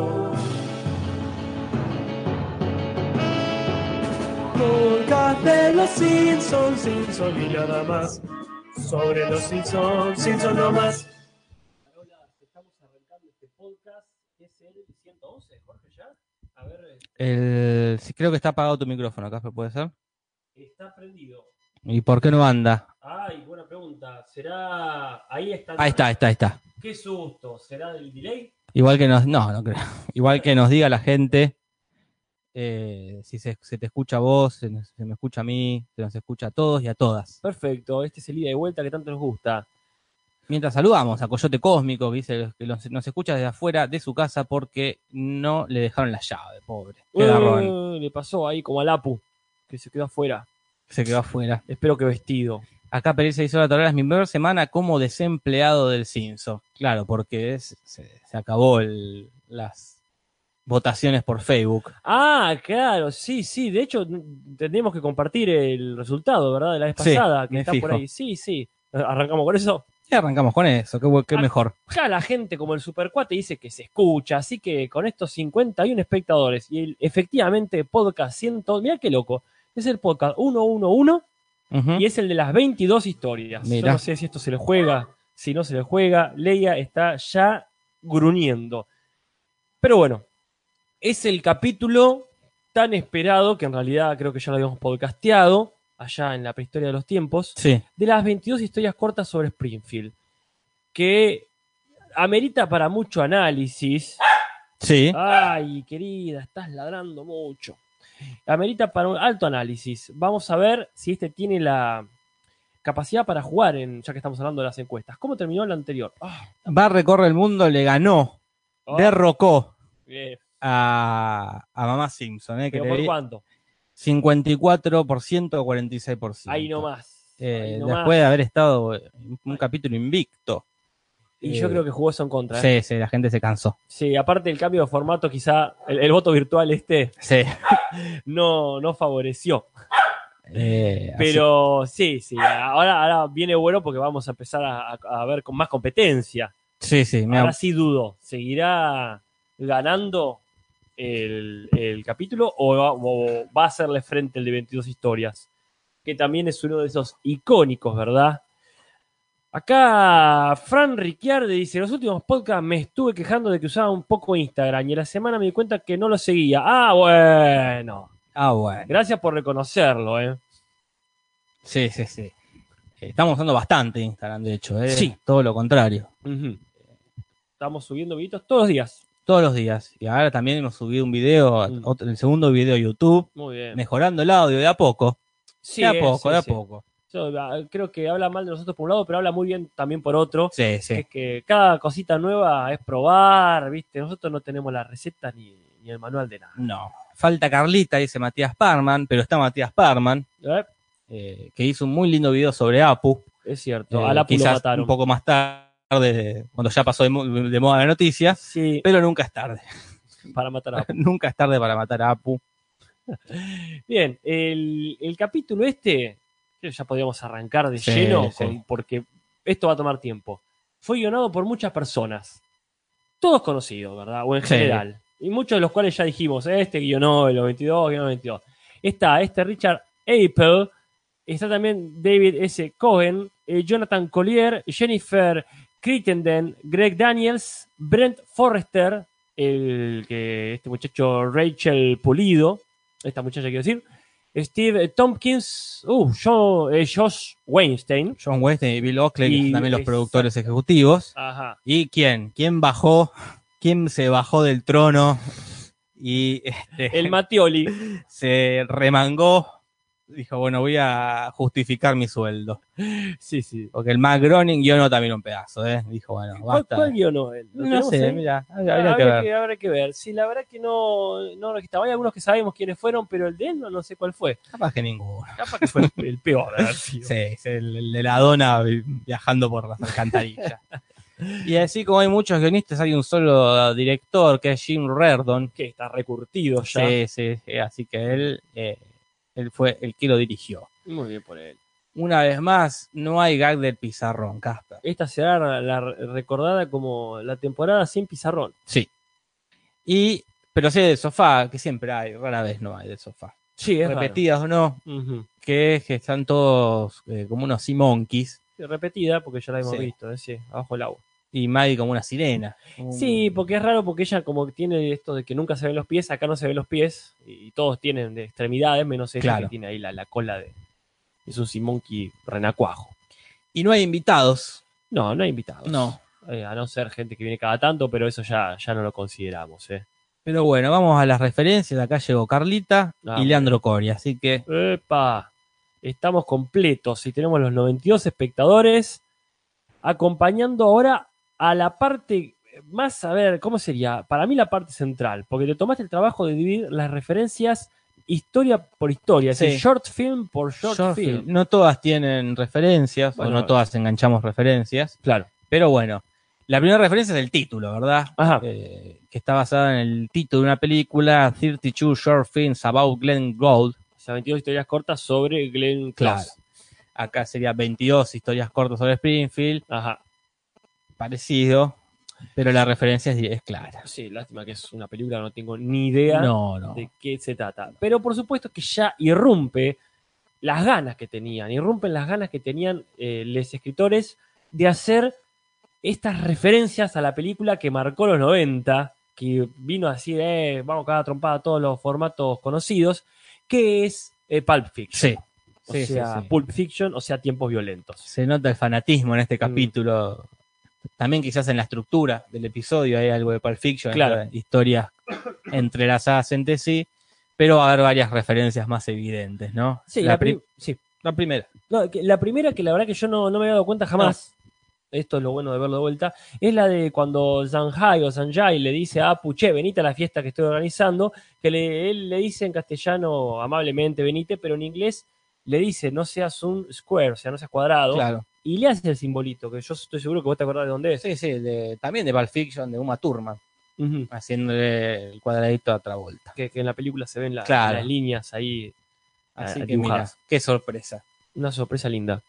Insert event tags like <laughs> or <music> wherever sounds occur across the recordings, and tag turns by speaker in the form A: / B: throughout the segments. A: preciso. Colgate los Simpson, Simpson y nada más. Sobre los Simpson, Simpson no más.
B: Hola, estamos arrancando este podcast. Es el 111, Jorge, ya. A ver, eh,
C: El, sí, creo que está apagado tu micrófono, Casper, ¿puede ser?
B: está prendido.
C: ¿Y por qué no anda?
B: Ay, buena pregunta. ¿Será. Ahí está.
C: Ahí está, ahí está, ahí está.
B: Qué susto. ¿Será del delay?
C: Igual que nos, no, no creo. <laughs> Igual que nos diga la gente eh, si se, se te escucha a vos, se, nos- se me escucha a mí, se nos escucha a todos y a todas.
D: Perfecto, este es el ida y vuelta que tanto nos gusta.
C: Mientras saludamos a Coyote Cósmico, que dice que los- nos escucha desde afuera de su casa porque no le dejaron la llave, pobre. Qué garrón.
D: Eh, le pasó ahí como al Apu, que se quedó afuera.
C: Se quedó afuera.
D: Espero que vestido.
C: Acá Pérez se hizo la es mi primera semana como desempleado del Cinso. Claro, porque es- se, se acabó el- las votaciones por Facebook.
D: Ah, claro, sí, sí. De hecho, n- tendríamos que compartir el resultado, ¿verdad? De la vez
C: Sí,
D: pasada, que
C: me
D: está por
C: fijo.
D: ahí. Sí, sí. Arrancamos con eso.
C: Y arrancamos con eso, qué, bu- qué
D: Ah.
C: mejor.
D: Ya la gente, como el Supercuate, dice que se escucha. Así que con estos 51 espectadores y el, efectivamente podcast 100. Mirá qué loco. Es el podcast 111
C: Ujú.
D: y es el de las 22 historias. Yo
C: Mirá.
D: no sé si esto se le juega, si no se le juega. Leia está ya gruñendo. Pero bueno, es el capítulo tan esperado, que en realidad creo que ya lo habíamos podcasteado allá en la prehistoria de los tiempos,
C: Sí,
D: de las 22 historias cortas sobre Springfield, que amerita para mucho análisis.
C: sí.
D: Ah. Ay, querida, estás ladrando mucho. Amerita para un alto análisis. Vamos a ver si este tiene la capacidad para jugar, en, ya que estamos hablando de las encuestas. ¿Cómo terminó la anterior? Ah,
C: Va, recorre el mundo, le ganó,
D: ah,
C: derrocó
D: eh,
C: a, a Mamá Simpson, eh, que
D: ¿Pero
C: le
D: por
C: di
D: cuánto?
C: 54% o 46%.
D: Ahí nomás.
C: Eh,
D: ahí nomás.
C: después de haber estado eh, un capítulo invicto.
D: y yo
C: eh,
D: creo que jugó eso en contra. ¿eh? Sí.
C: Sí, sí, la gente se cansó.
D: aparte el cambio de formato, quizá el, el voto virtual este
C: Sí.
D: no, no favoreció.
C: Eh, así
D: Pero sí, sí, ahora, ahora viene bueno porque vamos a empezar a, a- a ver con más competencia.
C: Sí, sí, me
D: Ahora sí dudo, ¿seguirá ganando el, el capítulo o va, o va a hacerle frente el de 22 historias? Que también es uno de esos icónicos, ¿verdad? Acá Fran Ricciardi dice, los últimos podcasts me estuve quejando de que usaba un poco Instagram y en la semana me di cuenta que no lo seguía. Ah, bueno.
C: Ah, bueno.
D: Gracias por reconocerlo, ¿eh?
C: Sí, sí, sí. Eh, Estamos usando bastante Instagram, de hecho. ¿eh?
D: Sí.
C: Todo lo contrario.
D: Ujú. Estamos subiendo videitos todos los días.
C: Todos los días. Y ahora también hemos subido un video,
D: Mm.
C: otro- el segundo video a YouTube,
D: Muy bien.
C: mejorando el audio de a poco.
D: Sí,
C: de a
D: eh,
C: poco,
D: sí,
C: de a
D: sí.
C: poco.
D: Yo, ah, creo que habla mal de nosotros por un lado, pero habla muy bien también por otro.
C: Sí, sí.
D: Es que cada cosita nueva es probar, ¿viste? Nosotros no tenemos la receta ni, ni el manual de nada.
C: No. Falta Carlita, dice Matías Parman, pero está Matías Parman,
D: ¿eh?
C: eh, que hizo un muy lindo video sobre Apu.
D: Es cierto,
C: eh,
D: a la lo
C: quizás
D: mataron.
C: un poco más tarde, cuando ya pasó de, mo- de moda la noticia,
D: Sí,
C: pero nunca es tarde. <laughs>
D: para matar a
C: nunca es tarde para matar a Apu.
D: Bien, el, el capítulo este, creo que ya podíamos arrancar de
C: Sí,
D: lleno,
C: sí.
D: con- porque esto va a tomar tiempo. Fue guionado por muchas personas, todos conocidos, ¿verdad? O en
C: Sí.
D: general. Y muchos de los cuales ya dijimos, este guionó el 22, guionó el 22. Está este Richard Apple, está también David S. Cohen, eh, Jonathan Collier, Jennifer Crittenden, Greg Daniels, Brent Forrester, el que este muchacho Rachel Pulido, esta muchacha quiero decir, Steve Tompkins, uh, Jo- eh, Josh Weinstein,
C: John West y Bill Oakley, que
D: Y-
C: son también los
D: exacto.
C: productores ejecutivos.
D: ajá,
C: ¿Y quién? ¿Quién bajó? ¿Quién se bajó del trono? Y este,
D: el Matioli,
C: se remangó. Dijo, bueno, voy a justificar mi sueldo.
D: <laughs> sí, sí.
C: Porque el Matt Groening guionó también un pedazo, ¿eh? Dijo, bueno,
D: ¿Cuál,
C: basta.
D: cuál guionó él? ¿Lo
C: No
D: tenemos
C: sé,
D: ahí?
C: mira,
D: Ah,
C: habría
D: Habrá,
C: que ver.
D: que, habrá que ver. Sí, la verdad que no, no lo registraba. Hay algunos que sabemos quiénes fueron, pero el de él no, no sé cuál fue.
C: Capaz que ninguno.
D: Capaz que fue el, el peor. de haber sido.
C: <laughs> Sí, es el, el de la dona vi- viajando por las alcantarillas. y así como hay muchos guionistas, hay un solo director que es Jim Reardon,
D: Que está recurtido ya.
C: Sí, sí, sí, así que él, eh, él fue el que lo dirigió.
D: Muy bien por él.
C: Una vez más, no hay gag del pizarrón, Casper.
D: Esta será la- la recordada como la temporada sin pizarrón.
C: Sí. Y, pero sí del sofá, que siempre hay, rara vez no hay del sofá.
D: Sí, es raro.
C: Repetidas o no,
D: Ujú.
C: que es que están todos eh, como unos sea monkeys
D: Sí, Repetida, porque ya la hemos
C: Sí.
D: visto, eh, sí, abajo el agua.
C: y Maggie como una sirena. Un-
D: Sí, porque es raro porque ella como que tiene esto de que nunca se ven los pies, acá no se ven los pies y todos tienen de extremidades, menos ella
C: Claro.
D: que tiene ahí la, la cola de... Es un simonqui renacuajo.
C: Y no hay invitados.
D: No, no hay invitados.
C: No.
D: Eh, a no ser gente que viene cada tanto, pero eso ya, ya no lo consideramos. ¿eh?
C: Pero bueno, vamos a las referencias. Acá llegó Carlita
D: Ah,
C: y Leandro Coria, así que
D: ¡Epa! Estamos completos y tenemos los 92 espectadores acompañando ahora a la parte más, a ver, ¿cómo sería? Para mí la parte central, porque te tomaste el trabajo de dividir las referencias historia por historia, es
C: Sí.
D: decir, short film por short,
C: Short
D: film.
C: film. no todas tienen referencias,
D: Bueno,
C: o no
D: bueno.
C: todas enganchamos referencias,
D: Claro.
C: pero bueno, la primera referencia es el título, ¿verdad?
D: Ajá.
C: Eh, que está basada en el título de una película, 32 Short Films About Glenn Gould.
D: O sea, 22 historias cortas sobre Glenn
C: Claro.
D: Close.
C: Acá sería 22 historias cortas sobre Springfield,
D: Ajá.
C: parecido, pero la referencia es, es clara.
D: Sí, lástima que es una película, no tengo ni idea.
C: No, no.
D: de qué se trata. Pero por supuesto que ya irrumpe las ganas que tenían, irrumpen las ganas que tenían eh, los escritores de hacer estas referencias a la película que marcó los 90, que vino a decir, eh, vamos a cagar a trompada a todos los formatos conocidos, que es eh, Pulp Fiction.
C: Sí.
D: O
C: Sí, sí,
D: sea,
C: sí.
D: Pulp Fiction, o sea, tiempos violentos.
C: Se nota el fanatismo en este capítulo. También quizás en la estructura del episodio hay algo de Pulp Fiction,
D: Claro.
C: eh, historias entrelazadas entre sí, pero va a haber varias referencias más evidentes, ¿no?
D: Sí,
C: la,
D: la
C: pri-
D: prim- sí.
C: la primera.
D: No, que la primera que la verdad que yo no, no me había dado cuenta jamás, esto es lo bueno de verlo de vuelta, es la de cuando Zanjai o Sanjay le dice a Apu, che, venite a la fiesta que estoy organizando, que le- él le dice en castellano amablemente venite, pero en inglés le dice no seas un square, o sea, no seas cuadrado,
C: Claro.
D: y le hace el simbolito, que yo estoy seguro que vos te acordás de dónde es.
C: Sí, sí, de- también de Pulp Fiction, de Uma Thurman,
D: Ujú.
C: haciéndole el cuadradito a Travolta.
D: que, que en la película se ven la-
C: Claro.
D: las líneas ahí,
C: Así
D: Ah,
C: que mira,
D: dibujadas.
C: qué sorpresa.
D: una sorpresa linda.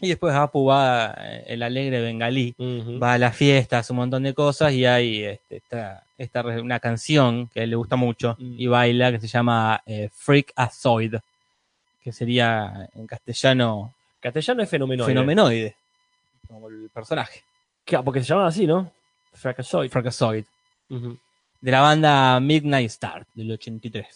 C: Y después Apu va, eh, el alegre bengalí,
D: Ujú.
C: va a las fiestas, un montón de cosas, y hay este, esta, esta re- una canción que a él le gusta mucho
D: Mm.
C: y baila que se llama eh, Freak Azoid, que sería en castellano
D: Castellano es fenómeno. eh.
C: fenomenoide, como el personaje,
D: Porque se llama así, ¿no? Fracasoid.
C: Freakazoid,
D: Ujú.
C: de la banda Midnight Star del 83.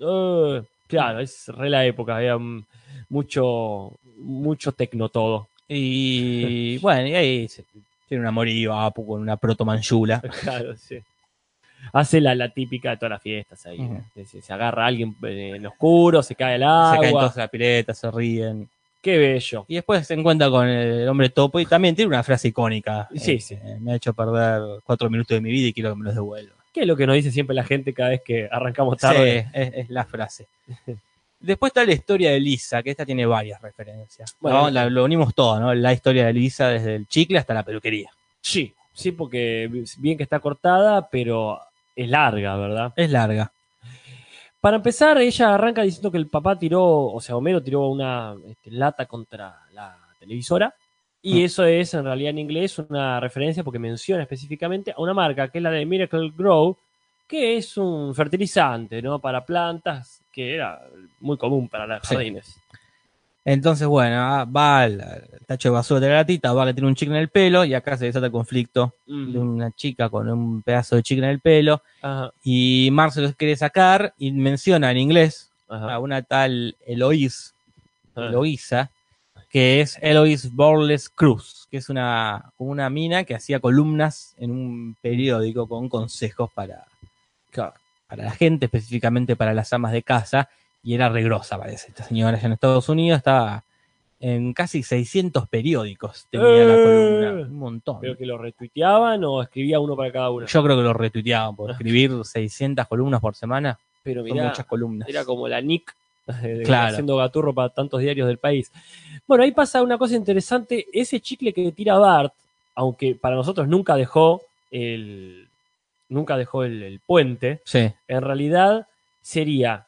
D: Eh, claro, es re la época, había mm, mucho, mucho tecno todo. <laughs>
C: <laughs> Y bueno, y ahí se- tiene un amorío Apu con una protomanchula.
D: Claro, sí. Hace la, la típica de todas las fiestas ahí.
C: Ujú.
D: Se- Se, se agarra a alguien eh, en oscuro, se cae el agua.
C: Se caen todos a la pileta, se ríen.
D: Qué bello.
C: Y después se encuentra con el hombre topo y también tiene una frase icónica.
D: Sí,
C: Eh,
D: sí.
C: eh, Me ha hecho perder cuatro minutos de mi vida y quiero que me los devuelva.
D: ¿Qué es lo que nos dice siempre la gente cada vez que arrancamos tarde?
C: Sí, es, es
D: <laughs>
C: la frase. Después está la historia de Lisa, que esta tiene varias referencias.
D: Bueno.
C: ¿no? La- lo unimos todo, ¿no? La historia de Lisa desde el chicle hasta la peluquería.
D: Sí. sí, porque bien que está cortada, pero es larga, ¿verdad?
C: Es larga.
D: Para empezar, ella arranca diciendo que el papá tiró, o sea, Homero tiró una este, lata contra la televisora. Y
C: Mm.
D: eso es en realidad en inglés una referencia porque menciona específicamente a una marca que es la de Miracle Grow, que es un fertilizante ¿no? para plantas que era muy común para los
C: Sí.
D: jardines.
C: Entonces, bueno, ah, va al, al tacho de basura de la gatita, va que tiene un chicle en el pelo y acá se desata el conflicto de
D: Mm,
C: una chica con un pedazo de chicle en el pelo
D: Ajá,
C: y Marx los quiere sacar y menciona en inglés a
D: ajá,
C: una tal Eloís,
D: Ah.
C: Eloísa, que es Eloís Borles Cruz, que es una, una mina que hacía columnas en un periódico con consejos para,
D: claro.
C: para la gente, específicamente para las amas de casa, y era regrosa, parece. Esta señora allá en Estados Unidos estaba en casi 600 periódicos, tenía la
D: Eh.
C: columna, un montón.
D: Pero que lo retuiteaban o escribía uno para cada uno.
C: Yo creo que lo retuiteaban por escribir 600 columnas por semana,
D: Pero
C: son
D: Ah. mirá,
C: muchas columnas.
D: Era como la Nick <laughs> de-
C: Claro.
D: haciendo gaturro para tantos diarios del país. Bueno, ahí pasa una cosa interesante. Ese chicle que tira Bart, aunque para nosotros nunca dejó el. Nunca dejó el, el puente.
C: Sí,
D: En
C: Ah.
D: realidad sería.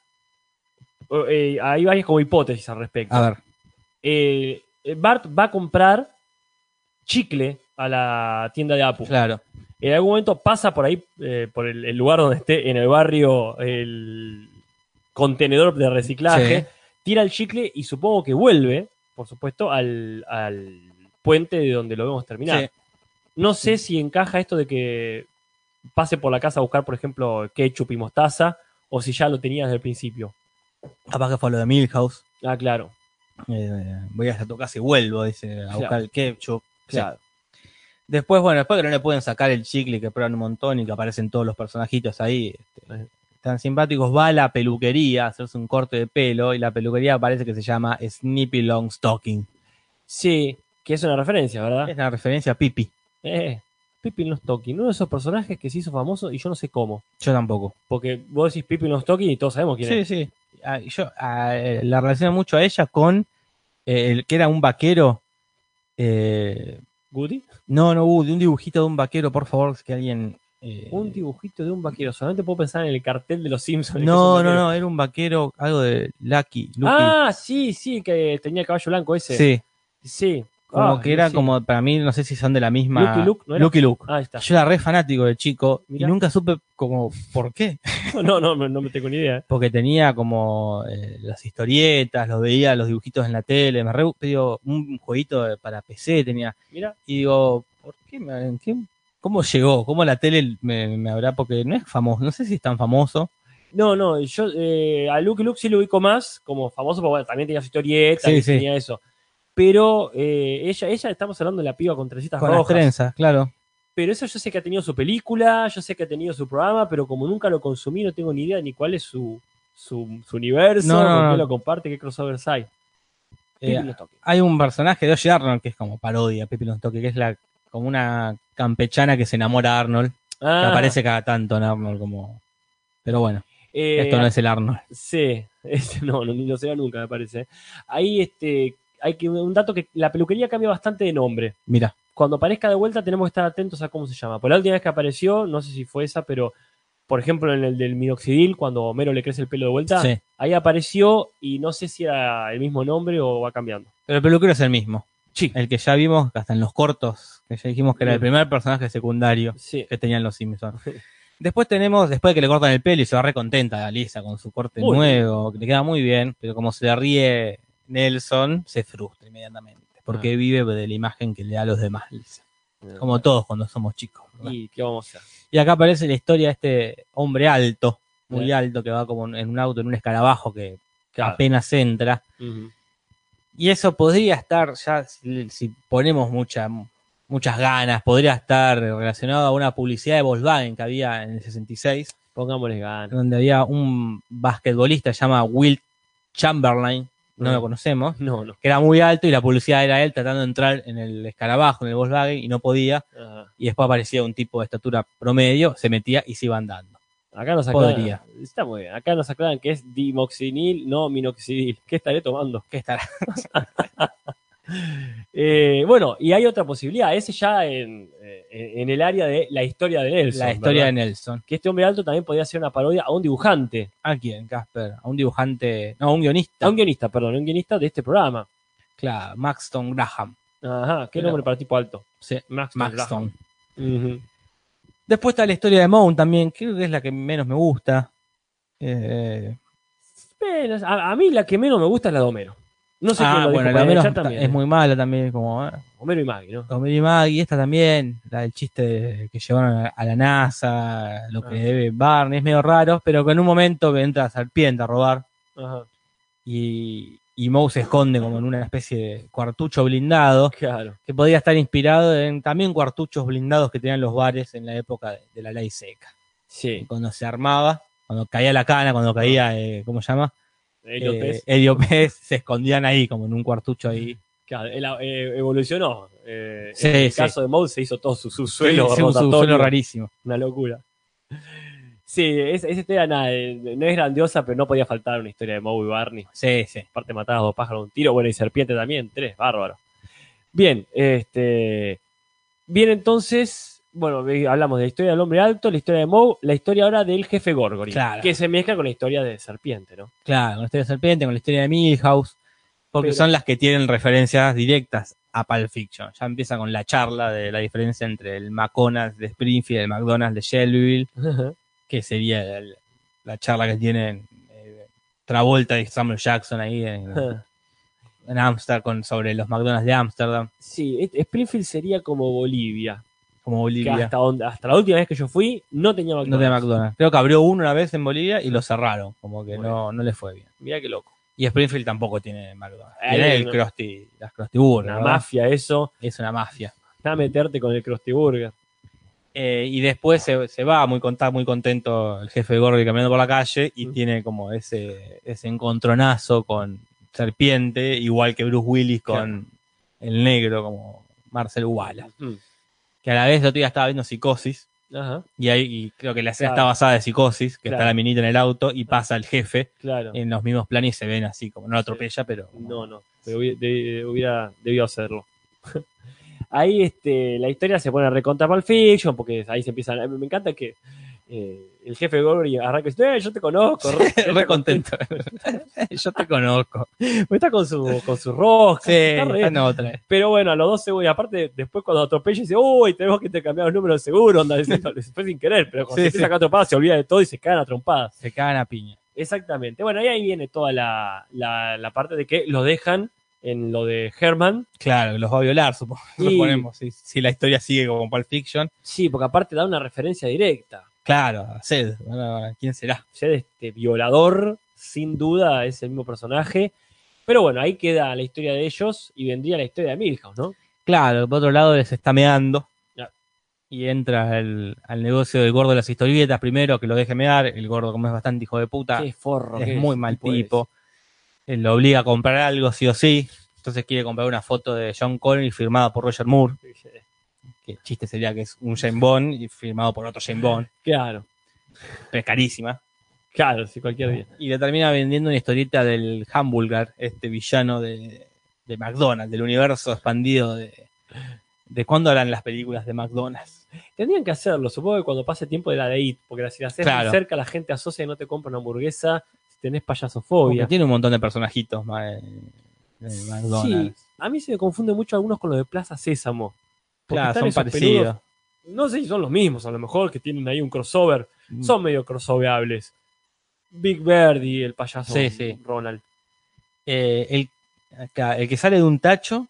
D: eh, hay varias como hipótesis al respecto.
C: a ver,
D: eh, Bart va a comprar chicle a la tienda de Apu.
C: Claro.
D: En algún momento pasa por ahí, eh, por el, el lugar donde esté, en el barrio, el contenedor de reciclaje,
C: Sí.
D: tira el chicle y supongo que vuelve, por supuesto, al, al puente de donde lo vemos terminar.
C: Sí.
D: No sé si encaja esto de que pase por la casa a buscar, por ejemplo, ketchup y mostaza, o si ya lo tenía desde el principio.
C: Capaz que fue lo de Milhouse.
D: Ah, claro,
C: Eh, voy hasta tu casa y vuelvo, dice, a
D: Claro.
C: buscar el ketchup. Sí.
D: claro.
C: Después, bueno, después que no le pueden sacar el chicle que prueban un montón y que aparecen todos los personajitos ahí. este,
D: Ajá.
C: tan simpáticos, va a la peluquería a hacerse un corte de pelo y la peluquería parece que se llama Snippy Long Stocking.
D: Sí, que es una referencia, ¿verdad?
C: Es la referencia a Pipi.
D: Eh, Pippin Nostocki, uno de esos personajes que se hizo famoso y yo no sé cómo.
C: Yo tampoco.
D: Porque vos decís Pippin Nostocki y todos sabemos quién
C: Sí,
D: es.
C: sí. Ah, yo ah, eh, la relaciono mucho a ella con eh, el que era un vaquero. eh,
D: Goody.
C: no, no, Woody, un dibujito de un vaquero, por favor, que alguien. eh,
D: Un dibujito de un vaquero. Solamente puedo pensar en el cartel de los Simpsons.
C: No, no, no, era un vaquero, algo de Lucky. Lucky.
D: Ah, sí, sí, que tenía caballo blanco ese.
C: sí.
D: Sí.
C: Como
D: Ah,
C: que era
D: sí.
C: como, para mí, no sé si son de la misma.
D: Lucky Luke, ¿no era?
C: Lucky Luke.
D: Ah, ahí está. <laughs>
C: Yo era re fanático de chico
D: Mirá.
C: y nunca supe como por qué.
D: No, no, no, no me tengo ni idea. eh.
C: Porque tenía como eh, las historietas, los veía, los dibujitos en la tele. Me re digo, un jueguito de- para PC tenía.
D: Mirá.
C: Y digo, ¿por qué? me- en qué- ¿Cómo llegó? ¿Cómo la tele me, me habrá? Porque no es famoso, no sé si es tan famoso.
D: No, no, yo eh, a Luke Luke sí lo ubico más como famoso, porque bueno, también tenía su historieta
C: Sí,
D: y
C: sí.
D: tenía eso. Pero eh, ella, ella, estamos hablando de la piba con trencitas
C: Con las
D: rojas.
C: trenzas, claro.
D: pero eso yo sé que ha tenido su película, yo sé que ha tenido su programa, pero como nunca lo consumí, no tengo ni idea ni cuál es su, su, su universo,
C: No, no,
D: con qué
C: no.
D: lo comparte, qué crossovers hay.
C: Eh,
D: Pipi no toque.
C: hay un personaje de Oye Arnold que es como parodia, Pepe Toque, que es la como una campechana que se enamora de Arnold.
D: Ah,
C: Que aparece cada tanto en Arnold como. Pero bueno,
D: eh,
C: esto no es el Arnold.
D: Sí, <laughs> es- no, no, ni lo será nunca, me parece. Ahí este, hay que un dato que la peluquería cambia bastante de nombre.
C: Mira,
D: Cuando aparezca de vuelta tenemos que estar atentos a cómo se llama. Por la última vez que apareció, no sé si fue esa, pero por ejemplo en el del minoxidil, cuando a Homero le crece el pelo de vuelta,
C: sí.
D: ahí apareció y no sé si era el mismo nombre o va cambiando.
C: Pero el peluquero es el mismo.
D: Sí.
C: El que ya vimos hasta en los cortos, que ya dijimos que era el
D: Bien.
C: primer personaje secundario
D: Sí.
C: que tenían los Simpsons.
D: <laughs>
C: Después tenemos, después de que le cortan el pelo y se va recontenta Lisa con su corte
D: Muy
C: nuevo, que le queda muy bien, pero como se le ríe Nelson, se frustra inmediatamente,
D: Ah.
C: porque vive de la imagen que le da a los demás Lisa. Como todos cuando somos chicos. ¿verdad?
D: ¿Y qué vamos a hacer?
C: Y acá aparece la historia de este hombre alto, muy
D: Bien.
C: alto, que va como en un auto, en un escarabajo que
D: Claro.
C: apenas entra.
D: Ujú.
C: Y eso podría estar, ya si, si ponemos mucha, muchas ganas, podría estar relacionado a una publicidad de Volkswagen que había en el 66,
D: Pongámosle ganas.
C: donde había un basquetbolista llamado Will Chamberlain, no
D: Ujú.
C: lo conocemos,
D: No, no.
C: que era muy alto y la publicidad era él tratando de entrar en el escarabajo, en el Volkswagen, y no podía.
D: Ah,
C: Y después aparecía un tipo de estatura promedio, se metía y se iba andando.
D: Acá nos aclaran.
C: Podría.
D: Está muy bien. Acá nos aclaran que es dimoxinil, no minoxidil. ¿Qué estaré tomando?
C: ¿Qué estará?
D: Eh, bueno, y hay otra posibilidad. Ese ya en, eh, en el área de la historia de Nelson.
C: la historia
D: ¿verdad?
C: de Nelson.
D: Que este hombre alto también podía hacer una parodia a un dibujante.
C: ¿A quién, Casper? A un dibujante, no, a un guionista.
D: A un guionista, perdón, a un guionista de este programa.
C: Claro, Maxton Graham.
D: Ajá, qué
C: Claro.
D: nombre para tipo alto.
C: Sí,
D: Max
C: Maxton.
D: Ujú.
C: Después está la historia de Moon también, creo que es la que menos me gusta. Eh,
D: Bueno, a, a mí la que menos me gusta es la de Homero. No sé quién
C: ah,
D: lo
C: bueno,
D: dijo,
C: la
D: pero
C: menos
D: ya también,
C: es
D: eh.
C: muy mala también, como eh,
D: Homero y Maggie, ¿no?
C: Homero y Maggie, esta también, la del chiste de- que llevaron a- a la NASA, lo que
D: Ah.
C: debe Barney, es medio raro, pero que en un momento que entra la serpiente a robar
D: Ajá. <laughs>
C: y, y Moe se esconde como en una especie de cuartucho blindado.
D: Claro.
C: que podía estar inspirado en también cuartuchos blindados que tenían los bares en la época de, de la ley seca.
D: Sí.
C: Cuando se armaba, cuando caía la cana, cuando caía, eh, ¿cómo se llama?
D: Elliot
C: Eh,
D: Pez,
C: Helio Pez, se escondían ahí, como en un cuartucho ahí.
D: claro, él, eh, evolucionó. Eh,
C: Sí,
D: en el
C: sí.
D: caso de Moe se hizo todo su subsuelo.
C: Sí, sí, un
D: rotatorio.
C: subsuelo rarísimo.
D: Una locura. Sí, es- esa historia nada, eh, no es grandiosa, pero no podía faltar una historia de Moe y Barney.
C: Sí, sí.
D: Aparte matadas dos pájaros de un tiro, bueno, y serpiente también, tres, bárbaro. Bien, este. Bien, entonces, bueno, ve- hablamos de la historia del hombre alto, la historia de Moe, la historia ahora del jefe Gorgory,
C: Claro.
D: que se mezcla con la historia de serpiente, ¿no?
C: Claro, con la historia de serpiente, con la historia de Milhouse. Porque
D: Pero-
C: son las que tienen referencias directas a Pulp Fiction. Ya empieza con la charla de la diferencia entre el McDonald's de Springfield, el McDonald's de Shelbyville, que sería el- la charla que tienen eh, Travolta y Samuel Jackson ahí
D: <laughs>
C: en, en Amsterdam con, sobre los McDonald's de Amsterdam,
D: sí, este- Springfield sería como Bolivia.
C: como
D: que
C: Bolivia.
D: hasta, donde- hasta la última vez que yo fui, no tenía
C: No de
D: McDonald's.
C: McDonald's. Creo que abrió uno una vez en Bolivia y lo cerraron, como que
D: Bueno.
C: no, no le fue bien.
D: Mirá qué loco.
C: Y Springfield tampoco tiene McDonald's.
D: Ahí
C: Tiene
D: hay
C: el
D: una-
C: Krusty, las Krusty Burger,
D: Una
C: ¿verdad?
D: mafia eso.
C: Es una mafia.
D: Nada meterte con el Krusty Burger.
C: Eh, y después se, se va muy, conta- muy contento el jefe Gordy caminando por la calle y
D: Mm.
C: tiene como ese, ese encontronazo con Serpiente, igual que Bruce Willis con el negro, como Marcel Wallace.
D: Mm.
C: Que a la vez el otro día estaba viendo Psicosis
D: Ajá,
C: y, ahí, y creo que la escena
D: Claro.
C: está basada de Psicosis, que
D: Claro.
C: está la minita en el auto y pasa el jefe
D: claro.
C: en los mismos planes y se ven así, como no lo atropella, pero... como-
D: No, no. Pero hubi- de- eh, hubiera debido hacerlo. <laughs> ahí este, la historia se pone a recontar Pulp Fiction, porque ahí se empiezan. a- Me encanta que eh, el jefe Gordy arranca y dice: "Eh, Yo te conozco.
C: <laughs> Re
D: <laughs>
C: contento. Yo te conozco.
D: Pues está con su, con su rosca.
C: Sí, ah,
D: está re-
C: está en otra.
D: Pero bueno, a los 12 segundos. Y aparte, después cuando atropella, dice, uy, tenemos que intercambiar los números de seguro. Onda,
C: <laughs>
D: dice, no, fue sin querer, pero cuando
C: Sí,
D: se empieza a caer atropada, se olvida de todo y se caen a trompadas.
C: Se cagan a piña.
D: Exactamente. Bueno, y ahí viene toda la, la, la parte de que lo dejan en lo de Herman.
C: Claro, los va a violar, supo- <laughs>
D: Y-
C: suponemos. Si, si la historia sigue como Pulp Fiction,
D: Sí, porque aparte da una referencia directa.
C: claro, a Sed, van a- a- ¿quién será?
D: ser este violador, sin duda, es el mismo personaje. Pero bueno, ahí queda la historia de ellos y vendría la historia de Milhouse, ¿no?
C: Claro, por otro lado les está meando.
D: Ya.
C: Y entra al- al negocio del gordo de las historietas primero, que lo deje mear. El gordo, como es bastante hijo de puta,
D: Qué forro.
C: es
D: que
C: muy mal
D: es.
C: tipo. Él lo obliga a comprar algo, sí o sí. Entonces quiere comprar una foto de John Connery firmada por Roger Moore. Que el chiste sería que es un Jane Bond y firmado por otro Jane Bond.
D: Claro,
C: Pero es carísima.
D: claro, sí, cualquier día.
C: Y le termina vendiendo una historieta del Hamburger, este villano de, de McDonald's, del universo expandido de. ¿De cuándo harán las películas de McDonald's?
D: Tendrían que hacerlo, supongo que cuando pase tiempo de la de IT, porque si la haces muy
C: Claro.
D: cerca, la gente asocia y no te compra una hamburguesa si tenés
C: Porque
D: payasofobia.
C: tiene un montón de personajitos ma- de de McDonald's.
D: Sí, a mí se me confunde mucho algunos con los de Plaza Sésamo. Porque
C: Claro,
D: están
C: son
D: esos
C: parecidos.
D: peludos- No sé si son los mismos, a lo mejor, que tienen ahí un crossover.
C: Mm.
D: Son medio crossoveables. Big Bird y el payaso
C: Sí, sí.
D: Ronald.
C: Eh, el, acá, el que sale de un tacho,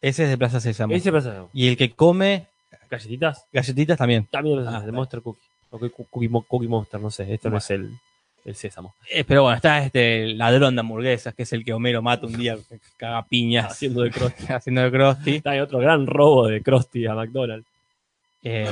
C: ese es de Plaza Sésamo.
D: Ese Plaza Sésamo.
C: Y el que come
D: Galletitas,
C: galletitas también.
D: también de Plaza
C: Ah,
D: Sésamo, de
C: está.
D: Monster Cookie. O cu- cu- Cookie, Mo- Cookie Monster, no sé, esto no es el, el sésamo.
C: Eh, pero bueno, está este ladrón de hamburguesas, que es el que Homero mata un día, que caga piñas
D: Haciendo de Krusty.
C: <laughs> haciendo de Krusty.
D: Está ahí otro gran robo de Krusty a McDonald's.
C: Eh,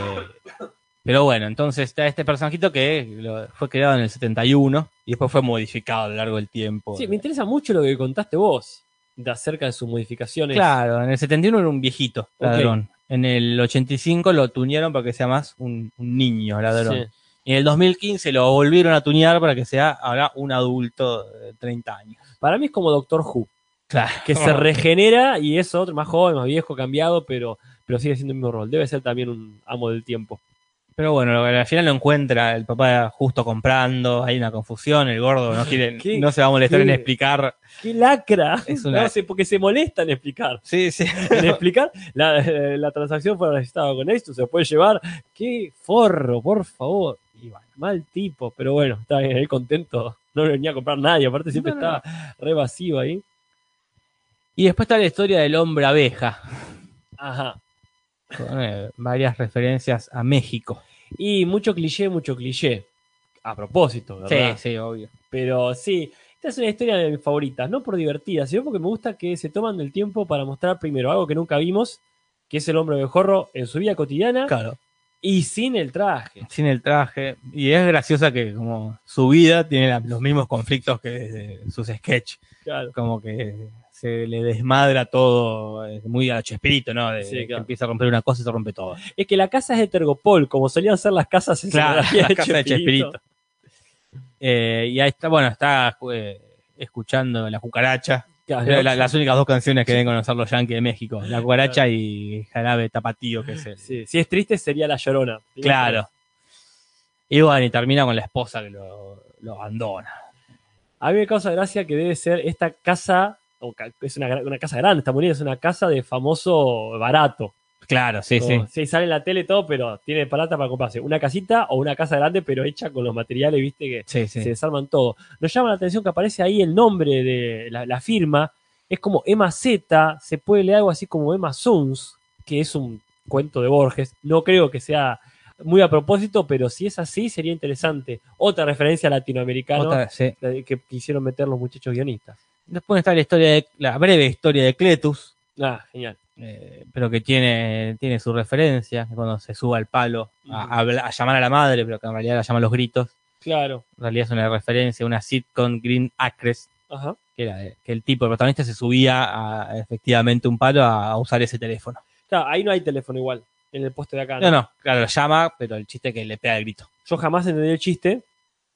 C: pero bueno, entonces está este personajito que lo- fue creado en el 71 y después fue modificado a lo largo del tiempo.
D: Sí, me interesa mucho lo que contaste vos de acerca de sus modificaciones.
C: claro, en el 71 era un viejito
D: Ok.
C: ladrón. En el 85 lo tuñaron para que sea más un, un niño ladrón. Y en el 2015 lo volvieron a tuñar para que sea ahora un adulto de 30 años.
D: Sí. Para mí es como Doctor Who,
C: Claro.
D: que
C: <laughs>
D: se regenera y es otro más joven, más viejo, cambiado, pero, pero sigue siendo el mismo rol. Debe ser también un amo del tiempo.
C: Pero bueno, al final lo encuentra el papá justo comprando, hay una confusión, el gordo no <laughs> quiere,
D: ¿Qué?
C: no se va a molestar en
D: ¿Qué?
C: explicar.
D: ¡Qué lacra! <laughs>
C: Es una-
D: No sé, porque se molesta en explicar.
C: Sí, sí.
D: <laughs> En explicar, la, eh, la transacción fue registrada con esto, se puede llevar. ¡Qué forro, por favor! Y bueno, mal tipo, pero bueno, está bien, él contento. No le venía a comprar nadie, aparte siempre
C: No, no, no.
D: estaba re vacío ahí.
C: Y después está la historia del hombre abeja.
D: Ajá.
C: con eh, varias referencias a México.
D: Y mucho cliché, mucho cliché. A propósito, ¿verdad?
C: sí, obvio.
D: Pero sí, esta es una historia de mis favoritas, no por divertida, sino porque me gusta que se toman el tiempo para mostrar primero algo que nunca vimos, que es el hombre abejorro en su vida cotidiana
C: Claro.
D: y sin el traje.
C: Sin el traje. Y es graciosa que como su vida tiene la- los mismos conflictos que desde sus sketches.
D: Claro.
C: Como que se le desmadra todo, eh, muy a Chespirito, ¿no? De,
D: Sí,
C: que
D: claro.
C: empieza a romper una cosa y se rompe todo.
D: Es que la casa es de Tergopol, como solían ser las casas en
C: Claro,
D: escenografía
C: la casa de Chespirito. Eh, y ahí está, bueno, está eh, escuchando La Cucaracha.
D: Claro.
C: Era la- las únicas dos canciones que deben conocer los Yankees de México. La Cucaracha y Jarabe Tapatío, que es el,
D: Sí, si es triste sería la llorona.
C: Claro. Y bueno, y termina con la esposa que lo, lo abandona.
D: A mí me causa gracia que debe ser esta casa o ca- es una, gra- una casa grande, está bonita, es una casa de famoso barato.
C: Claro, sí, sí.
D: Como, sale en la tele todo, pero tiene plata para comprarse una casita o una casa grande, pero hecha con los materiales, viste, que
C: Sí, sí.
D: se desarman todo. Nos llama la atención que aparece ahí el nombre de la, la firma, es como Emma Z, se puede leer algo así como Emma Suns, que es un cuento de Borges. No creo que sea muy a propósito, pero si es así, sería interesante. Otra referencia latinoamericana
C: Otra- sí.
D: la que quisieron meter los muchachos guionistas.
C: Después está la historia de, la breve historia de Cletus,
D: Ah, genial.
C: eh, pero que tiene, tiene su referencia, cuando se suba al palo a, a habla- a llamar a la madre, pero que en realidad la llaman los gritos.
D: Claro.
C: En realidad es una referencia, una sitcom Green Acres,
D: Ajá.
C: que era de- que el tipo, el protagonista, se subía a efectivamente un palo a, a usar ese teléfono.
D: Claro, ahí no hay teléfono igual, en el poste de acá. ¿no?
C: No, no, claro, lo llama, pero el chiste es que le pega el grito.
D: Yo jamás entendí el chiste.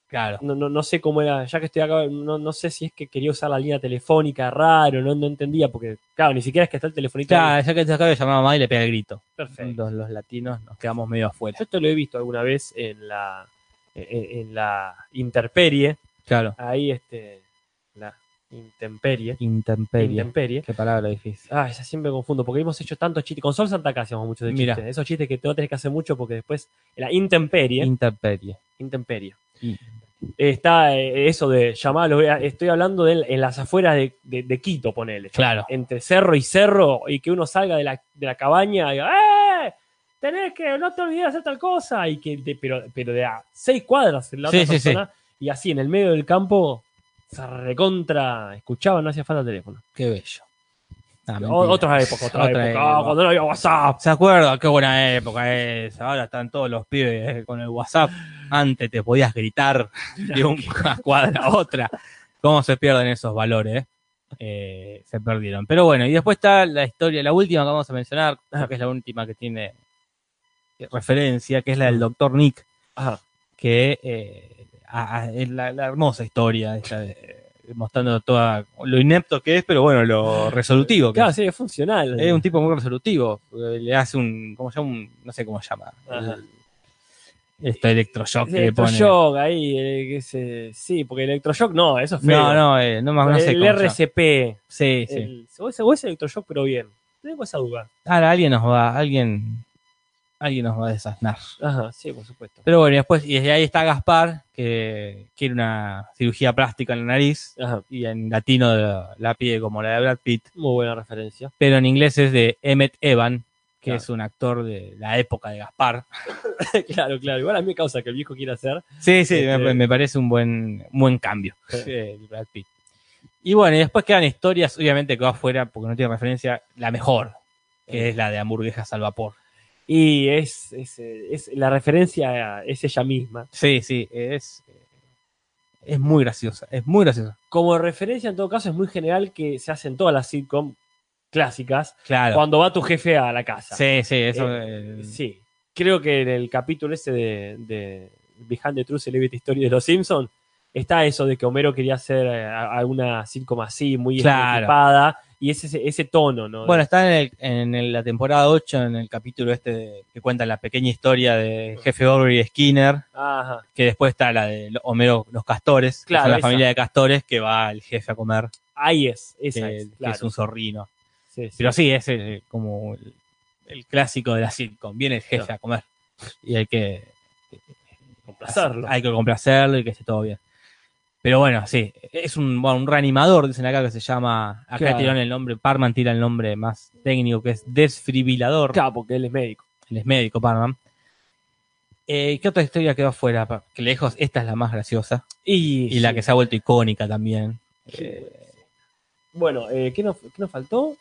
C: Claro.
D: No, no, no sé cómo era, ya que estoy acá, no, no sé si es que quería usar la línea telefónica raro, no, no entendía, porque, claro, ni siquiera es que está el telefonito.
C: Claro, ya que te acabo de llamar a mamá y le pega el grito.
D: Perfecto.
C: Los, los latinos nos quedamos medio afuera.
D: Yo esto lo he visto alguna vez en la, en, en la interperie,
C: Claro.
D: ahí este, la intemperie.
C: Intemperie.
D: Intemperie.
C: Qué palabra difícil.
D: Ah, esa siempre me confundo, porque hemos hecho tantos chistes. Con Sol Santa Casa hacíamos muchos de
C: Mira.
D: chistes. Esos chistes que no tenés que hacer mucho porque después. La intemperie.
C: Intemperie.
D: intemperie.
C: Sí.
D: Está eh, eso de llamarlo. eh, Estoy hablando de en las afueras de, de- de Quito, ponele.
C: Claro.
D: Entre cerro y cerro, y que uno salga de la, de la cabaña y diga, ¡eh! Tenés que, no te olvides de hacer tal cosa. Y que de- pero, pero de a seis cuadras la otra
C: Sí, sí, sí.
D: persona, Y así, en el medio del campo, se recontra escuchaba, no hacía falta teléfono.
C: Qué bello. Ah,
D: O-
C: mentira.
D: otra época, otra,
C: Otra
D: época.
C: época.
D: Ah, cuando no había WhatsApp.
C: ¿Se acuerda? Qué buena época esa. Ahora están todos los pibes eh, con el WhatsApp. Antes te podías gritar de <laughs> una cuadra a otra. ¿Cómo se pierden esos valores? eh? Eh, se perdieron. Pero bueno, y después está la historia, la última que vamos a mencionar, creo que es la última que tiene referencia, que es la del doctor Nick,
D: Ajá.
C: que eh, a- a- es la, la hermosa historia, esta de- eh, mostrando toda lo inepto que es, pero bueno, lo resolutivo que es.
D: Claro, sí, es funcional.
C: Es un tipo muy resolutivo. eh, Le hace un. ¿Cómo se llama? Un- no sé cómo se llama.
D: Ajá.
C: El- esto electroshock
D: Sí,
C: que le pone.
D: electroshock ahí, eh, que se- sí, porque el electroshock no, eso es feo.
C: No, no, eh, no, más- no sé
D: el
C: cómo se llama.
D: RCP.
C: Sí, sí.
D: el- o, es, o es electroshock, pero bien. Tengo esa duda.
C: Ahora alguien nos va. Alguien. Alguien nos va a desasnar.
D: Ajá, sí, por supuesto.
C: Pero bueno, y después. Y desde ahí está Gaspar, que quiere una cirugía plástica en la nariz.
D: Ajá,
C: Y en latino la, la pide como la de Brad Pitt.
D: muy buena referencia.
C: Pero en inglés es de Emmett Evan, que
D: Claro.
C: es un actor de la época de Gaspar.
D: <laughs> claro, claro. Igual a mí me causa que el viejo quiera hacer.
C: Sí, sí, me-
D: Este-
C: me parece un buen, un buen cambio.
D: Sí.
C: eh, el Brad Pitt. Y bueno, y después quedan historias, obviamente que va afuera, porque no tiene referencia, la mejor, que es la de hamburguesas al vapor.
D: Y es, es, eh, es- la referencia es ella misma.
C: Sí, sí, es, es muy graciosa, es muy graciosa.
D: Como referencia, en todo caso, es muy general que se hacen todas las sitcom clásicas
C: Claro.
D: cuando va tu jefe a la casa.
C: Sí, sí, eso. eh,
D: Sí, creo que en el capítulo ese de, de Behind the True Celebrity Story de Los Simpsons está eso de que Homero quería hacer eh, a- alguna sitcom así, muy
C: Claro.
D: estereotipada, y es ese, ese tono, ¿no?
C: Bueno, está en, el- en el- la temporada 8, en el capítulo este de- que cuenta la pequeña historia de Jefe Aubrey Skinner,
D: Ajá,
C: que después está la de Homero, los castores, que
D: Claro,
C: son la
D: esa.
C: familia de castores que va el jefe a comer,
D: ahí es,
C: que,
D: esa es,
C: que
D: claro.
C: es un zorrino.
D: Sí, sí.
C: Pero sí, es el- como el, el clásico de la sitcom. Viene el jefe a comer. Y hay que
D: Complacerlo.
C: Hay que complacerlo y que esté todo bien. Pero bueno, sí. Es un, bueno, un reanimador, dicen acá, que se llama. Acá
D: Claro.
C: tiraron el nombre, Parman tira el nombre más técnico, que es desfibrilador.
D: Claro, porque él es médico.
C: Él es médico, Parman. Eh, ¿Qué otra historia quedó afuera? Pa- Que lejos, esta es la más graciosa.
D: Y,
C: Y la
D: sí.
C: que se ha vuelto icónica también.
D: Sí,
C: Eh,
D: Bueno, eh, ¿qué, nos, qué nos faltó?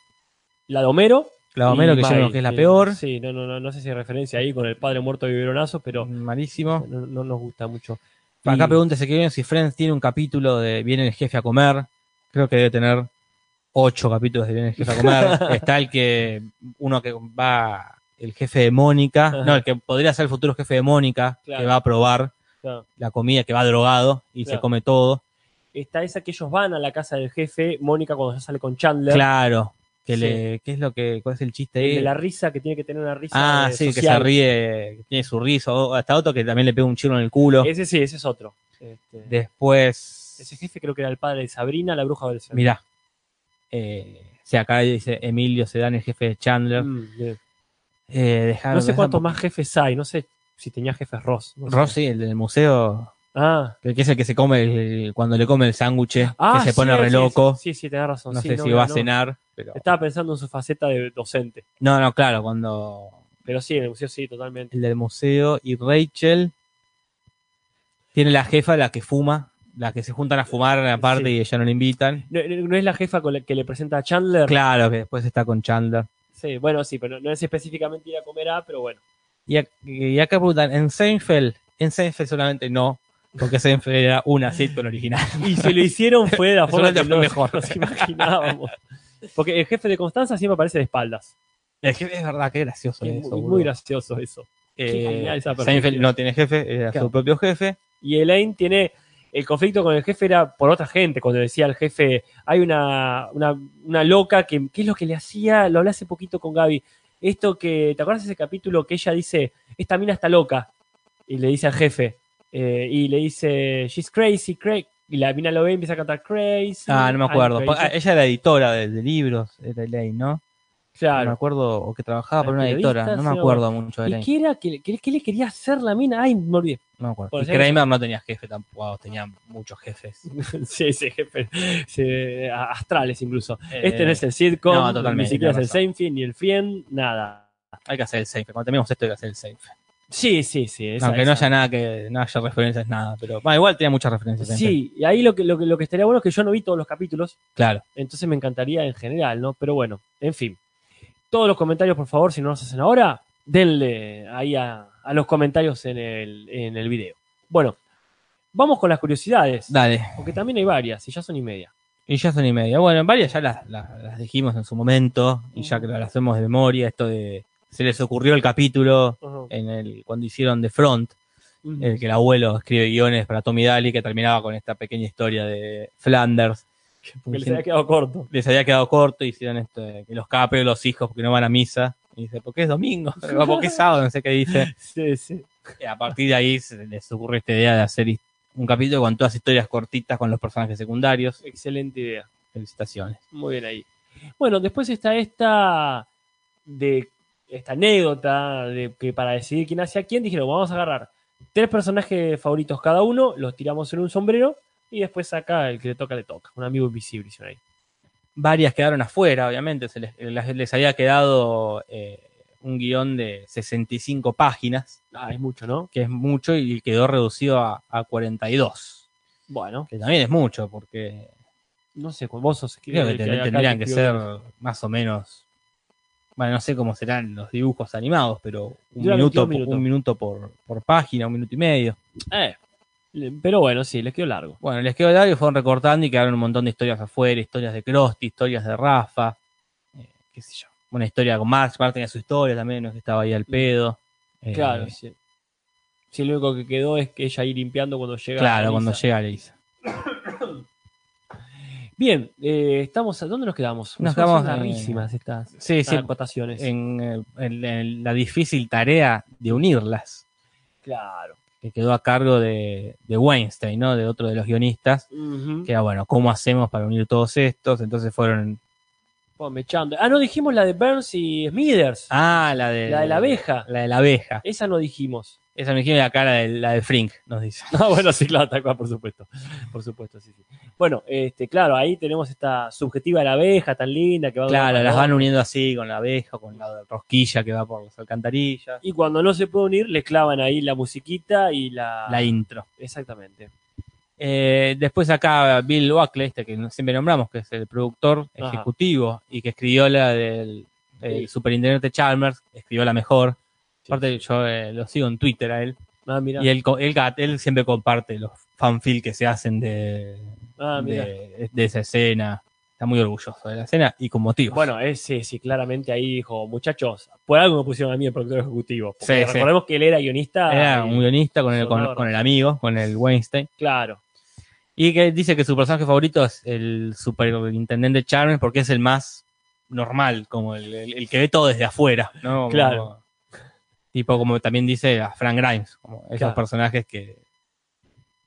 D: La de Homero.
C: la Homero,
D: y
C: que yo creo
D: Maggie,
C: que es la peor.
D: Sí, no, no, no, no sé si hay referencia ahí con el padre muerto de biberonazos, pero
C: Malísimo.
D: no, no nos gusta mucho.
C: Acá
D: Y-
C: pregunta Ezequiel si Friends tiene un capítulo de Viene el jefe a comer. Creo que debe tener ocho capítulos de Viene el jefe a
D: <laughs>
C: comer. Está el que, uno que va, el jefe de Mónica,
D: Ajá.
C: no, el que podría ser el futuro jefe de Mónica,
D: Claro.
C: que va a probar
D: Claro.
C: la comida, que va drogado y
D: Claro.
C: se come todo.
D: está esa que ellos van a la casa del jefe, Mónica cuando ya sale con Chandler,
C: Claro. Que
D: Sí.
C: le, ¿Qué es lo que, cuál es el chiste ahí?
D: de la risa que tiene que tener una risa.
C: ah,
D: eh,
C: sí, que se
D: social.
C: ríe, que tiene su risa. O hasta otro que también le pega un chino en el culo.
D: Ese sí, ese es otro. Este,
C: Después,
D: Ese jefe creo que era el padre de Sabrina, la bruja del
C: mirá, Eh, o sea, acá dice Emilio Sedán, el jefe de Chandler.
D: Mm, bien.
C: Eh, dejaron-
D: No sé cuántos
C: dejaron-
D: más jefes hay, no sé si tenía jefes Ross. no sé.
C: Rossi, el del museo,
D: Ah,
C: que que es el que se come el- cuando le come el sándwich,
D: Ah,
C: que se
D: sí,
C: pone re
D: sí,
C: loco.
D: Sí, sí, tenés razón.
C: no
D: sí,
C: sé si va a
D: no.
C: cenar. Pero...
D: Estaba pensando en su faceta de docente.
C: No, no, claro, cuando
D: Pero sí, en el museo sí, totalmente.
C: el del museo y Rachel tiene la jefa, la que fuma, la que se juntan a fumar aparte
D: Sí.
C: y ella no la invitan.
D: ¿No, no- no es la jefa con la que le presenta a Chandler?
C: Claro, que después está con Chandler.
D: Sí, bueno, sí, pero no es específicamente ir a comer a, pero bueno.
C: Y, ac- y acá preguntan, ¿en Seinfeld? En Seinfeld solamente no, porque Seinfeld era una sitcom original. <laughs>
D: Y si lo hicieron fue de la forma
C: Solamente
D: que
C: fue
D: no-
C: mejor.
D: nos imaginábamos. Porque el jefe de Constanza siempre aparece de espaldas.
C: Es que es verdad, que gracioso
D: Y es muy,
C: eso, boludo.
D: muy gracioso eso. qué
C: Eh,
D: genial esa
C: Seinfeld
D: perspectiva.
C: no tiene jefe, era
D: Claro.
C: su propio jefe.
D: Y Elaine tiene. El conflicto con el jefe era por otra gente. Cuando decía al jefe, hay una, una, una loca que. ¿Qué es lo que le hacía? Lo hablé hace poquito con Gaby. Esto que. ¿Te acuerdas ese capítulo que ella dice, esta mina está loca? Y le dice al jefe. eh, y le dice, she's crazy, crazy. Y la mina lo ve y empieza a cantar crazy.
C: Ah, no me
D: I'm
C: acuerdo.
D: crazy".
C: Ah, Ella era editora de, de libros, era Elaine, ¿no? No me
D: Claro.
C: acuerdo, o que trabajaba
D: Era
C: por una
D: periodista,
C: editora, no me
D: sí,
C: acuerdo mucho
D: ¿Y
C: de Elaine.
D: qué era? ¿Qué, qué- qué le quería hacer la mina? Ay, me olvidé. <laughs>
C: No me acuerdo.
D: Por
C: Y
D: ejemplo-
C: Kramer no tenía jefe tampoco, tenía
D: <laughs>
C: muchos jefes.
D: Este sí, ese jefe. sí, a- astrales incluso. Este
C: Eh,
D: no es el sitcom,
C: no, totalmente,
D: ni siquiera es el
C: tenés razón.
D: Seinfeld, ni el Friend, nada.
C: Hay que hacer el safe. Cuando terminemos esto hay que hacer el safe.
D: Sí, sí, sí. esa-
C: Aunque no
D: esa.
C: haya nada que, no haya referencias, nada. Pero bueno, igual tenía muchas referencias. Seinfeld.
D: Sí, y ahí lo que, lo, que, lo que estaría bueno es que yo no vi todos los capítulos,
C: Claro.
D: entonces me encantaría en general, ¿no? Pero bueno, en fin. Todos los comentarios, por favor, si no los hacen ahora, denle ahí a, a los comentarios en el, en el video. Bueno, vamos con las curiosidades,
C: Dale.
D: porque también hay varias, y ya son y media.
C: Y ya son y media. Bueno, varias ya las, las, las dijimos en su momento. Y ya que las hacemos de memoria, esto de. Se les ocurrió el capítulo
D: Eh,
C: en el cuando hicieron The Front,
D: Ujú.
C: el que el abuelo escribe guiones para Tommy Daly, que terminaba con esta pequeña historia de Flanders.
D: Porque les había quedado corto.
C: les había quedado corto, hicieron esto, de que los capes, los hijos, porque no van a misa. Y dice, ¿por qué es domingo? ¿Por qué es sábado? No sé qué dice.
D: Sí, sí.
C: Y a partir de ahí se les ocurre esta idea de hacer his- un capítulo con todas historias cortitas con los personajes secundarios.
D: Excelente idea.
C: Felicitaciones.
D: Muy bien ahí. Bueno, después está esta de esta anécdota de que para decidir quién hacía quién dijeron, vamos a agarrar tres personajes favoritos cada uno, los tiramos en un sombrero y después saca el que le toca, le toca. Un amigo invisible hicieron ahí.
C: Varias quedaron afuera, obviamente. Se les, las- les había quedado eh, un guión de 65 páginas,
D: Ah, es mucho, ¿no?
C: que es mucho, y quedó reducido a, a 42.
D: Bueno,
C: Que también es mucho, porque
D: no sé, vos sos
C: Creo que
D: el
C: ten-
D: acá
C: tendrían que
D: escribió-
C: ser más o menos. Bueno, no sé cómo serán los dibujos animados, pero un
D: Dura
C: minuto,
D: 22
C: por-
D: minutos.
C: un minuto por, por página, un minuto y medio.
D: Eh, le- pero bueno, sí, les quedó largo.
C: Bueno, les quedó largo y fueron recortando y quedaron un montón de historias afuera, historias de Krusty, historias de Rafa, eh, qué sé yo. Una historia con Marx, Marx tenía su historia también, no es que estaba ahí al pedo. Eh,
D: Claro, sí. Sí, lo único que quedó es que ella ir limpiando cuando llega.
C: Claro,
D: Lisa.
C: cuando llega Lisa.
D: Bien, eh, estamos, ¿dónde nos quedamos?
C: Nos
D: Son
C: quedamos en-
D: larguísimas estas
C: Sí, sí,
D: acotaciones.
C: en, eh, en- en la difícil tarea de unirlas,
D: Claro.
C: que quedó a cargo de, de Weinstein, ¿no? De otro de los guionistas. que era bueno, ¿cómo hacemos para unir todos estos? Entonces fueron.
D: Ponme Chandler. Ah, no dijimos la de Burns y Smithers.
C: Ah, la de.
D: La de la abeja.
C: La de la abeja.
D: Esa no dijimos.
C: Esa me dijeron acá la de, la de Frink, nos dice.
D: <laughs> Ah, bueno, sí, claro, tal cual, por supuesto. Por supuesto, sí, sí. Bueno, este, claro, ahí tenemos esta subjetiva de la abeja tan linda que va de un
C: Claro,
D: lado
C: las
D: para
C: van
D: otro.
C: uniendo así con la abeja, con la rosquilla que va por las alcantarillas.
D: Y cuando no se puede unir, le clavan ahí la musiquita y la.
C: La intro.
D: Exactamente.
C: Eh, después acá Bill Buckley, este que siempre nombramos, que es el productor
D: Ajá.
C: ejecutivo y que escribió la del el
D: Sí.
C: superintendente Chalmers, escribió la mejor.
D: Sí.
C: Aparte, yo eh, lo sigo en Twitter a él.
D: Ah, mira.
C: Y él, co- él, ga- él siempre comparte los fanfic que se hacen de,
D: Ah, mira.
C: de, de esa escena. Está muy orgulloso de la escena y con motivos.
D: Bueno, eh, sí, sí, claramente ahí dijo, muchachos, por algo me pusieron a mí el productor ejecutivo. Porque
C: Sí, sí.
D: recordemos que él era guionista.
C: era
D: y-
C: un guionista con el, con,
D: sonoro.
C: con el amigo, con el Weinstein.
D: Claro.
C: Y que dice que su personaje favorito es el superintendente Charmes porque es el más normal, como el, el- el que ve todo desde afuera. ¿no? Como-
D: Claro.
C: tipo como también dice a Frank Grimes, como esos
D: Claro.
C: personajes que,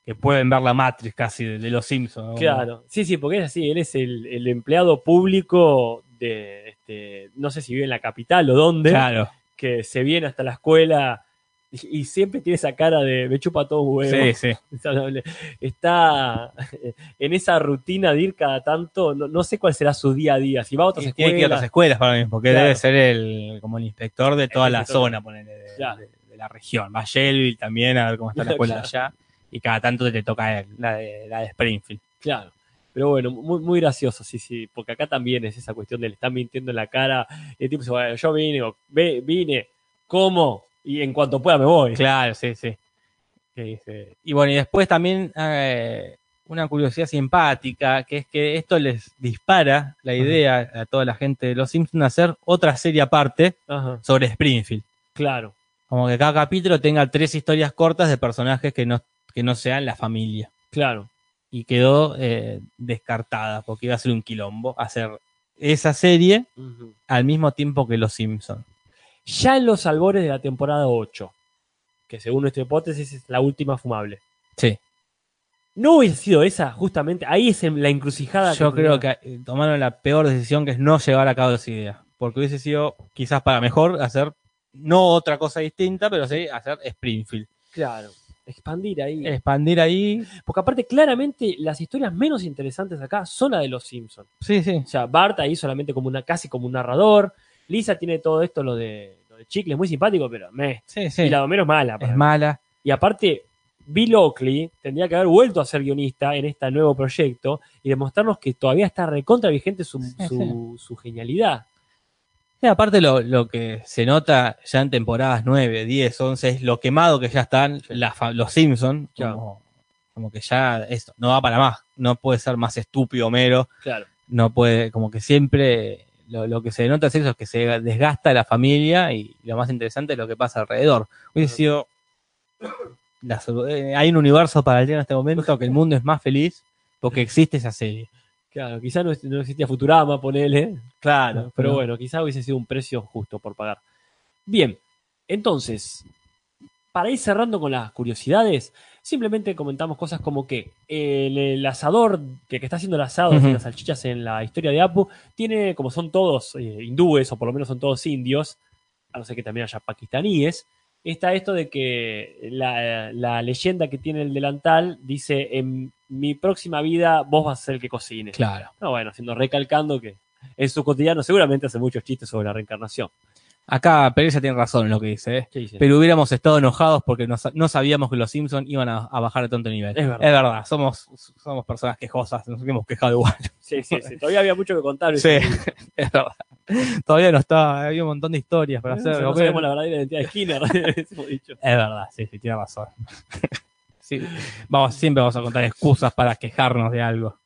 C: que pueden ver la matriz casi de, de los Simpsons. ¿no?
D: Claro, sí, sí, porque es así, él es el, el empleado público de, este, no sé si vive en la capital o dónde,
C: Claro.
D: que se viene hasta la escuela y, y siempre tiene esa cara de me chupa todo un huevo. <laughs>
C: Sí, sí.
D: Está <laughs> en esa rutina de ir cada tanto, no, no sé cuál será su día a día, si va a otras
C: Y tiene que ir
D: escuelas.
C: a otras escuelas para mí, porque
D: Claro.
C: debe ser el como el inspector de toda
D: El
C: la
D: inspector.
C: zona, ponele, de,
D: Claro.
C: de- de la región. Va a Shelby también a ver
D: <laughs>
C: cómo está la escuela
D: Claro.
C: allá. Y cada tanto te toca él, la de, la de Springfield.
D: Claro. Pero bueno, muy, muy gracioso, sí, sí, porque acá también es esa cuestión del están mintiendo en la cara. Y el tipo dice, bueno, yo vine, digo, "Ve- vine, como y en cuanto pueda me voy.
C: Claro, sí, sí. Que dice- Y bueno, y después también eh, una curiosidad simpática, que es que esto les dispara la idea a toda la gente de los Simpsons a hacer otra serie aparte
D: Ajá,
C: sobre Springfield.
D: claro,
C: Como que cada capítulo tenga tres historias cortas de personajes que no, que no sean la familia.
D: claro.
C: y quedó eh, descartada porque iba a ser un quilombo hacer esa serie
D: Ujú.
C: al mismo tiempo que Los Simpsons.
D: Ya en los albores de la temporada 8, que según nuestra hipótesis es la última fumable.
C: Sí,
D: ¿No hubiese sido esa justamente? Ahí es en la encrucijada.
C: yo creo
D: tenía.
C: que eh, tomaron la peor decisión que es no llevar a cabo esa idea, porque hubiese sido quizás para mejor hacer no otra cosa distinta, pero sí hacer Springfield.
D: Claro, expandir ahí.
C: Expandir ahí.
D: Porque aparte, claramente, las historias menos interesantes acá son las de los Simpsons.
C: Sí, sí.
D: O sea, Bart ahí solamente como una, casi como un narrador. Lisa tiene todo esto, lo de, lo de chicle, muy simpático, pero meh.
C: Sí,
D: Y
C: sí.
D: la de Homero es mala. para
C: Es
D: mí.
C: mala.
D: Y aparte, Bill Oakley tendría que haber vuelto a ser guionista en este nuevo proyecto y demostrarnos que todavía está recontra vigente su, su- su genialidad.
C: Y aparte lo, lo que se nota ya en temporadas 9, 10, 11 es lo quemado que ya están las fa- los Simpsons.
D: Claro.
C: Como, como que ya esto no va para más. No puede ser más estúpido Homero.
D: Claro.
C: No puede, como que siempre lo, lo que se nota es eso, es que se desgasta la familia y lo más interesante es lo que pasa alrededor. Hubiese
D: Ajá.
C: sido... la solu- eh, hay un universo paralelo en este momento que el mundo es más feliz porque existe esa serie.
D: Claro, quizá no, no existía Futurama, ponele.
C: Claro,
D: Pero bueno, quizá hubiese sido un precio justo por pagar. Bien, entonces, para ir cerrando con las curiosidades, simplemente comentamos cosas como que el, el asador que, que está haciendo el asado,
C: Ujú.
D: haciendo las salchichas en la historia de Apu, tiene, como son todos eh, hindúes, o por lo menos son todos indios, a no ser que también haya pakistaníes, está esto de que la, la leyenda que tiene el delantal dice, en mi próxima vida vos vas a ser el que cocine.
C: Claro.
D: No, bueno, siendo recalcando que en su cotidiano seguramente hace muchos chistes sobre la reencarnación.
C: Acá Pérez ya tiene razón en lo que dice, ¿eh?
D: ¿Qué dicen?
C: pero hubiéramos estado enojados porque no, sa- no sabíamos que los Simpsons iban a, a bajar a tanto nivel.
D: Es verdad.
C: somos, somos personas quejosas, nos hemos quejado igual.
D: Sí, <laughs> sí, sí, Todavía había mucho que contar. Eh,
C: Sí, <laughs> es verdad. Todavía no está, había un montón de historias para
D: No
C: hacer.
D: sabemos
C: Homero.
D: la verdadera identidad de Skinner. <laughs> hemos dicho.
C: Es verdad, sí, sí, tiene razón. <laughs> Sí, vamos, siempre vamos a contar excusas para quejarnos de algo.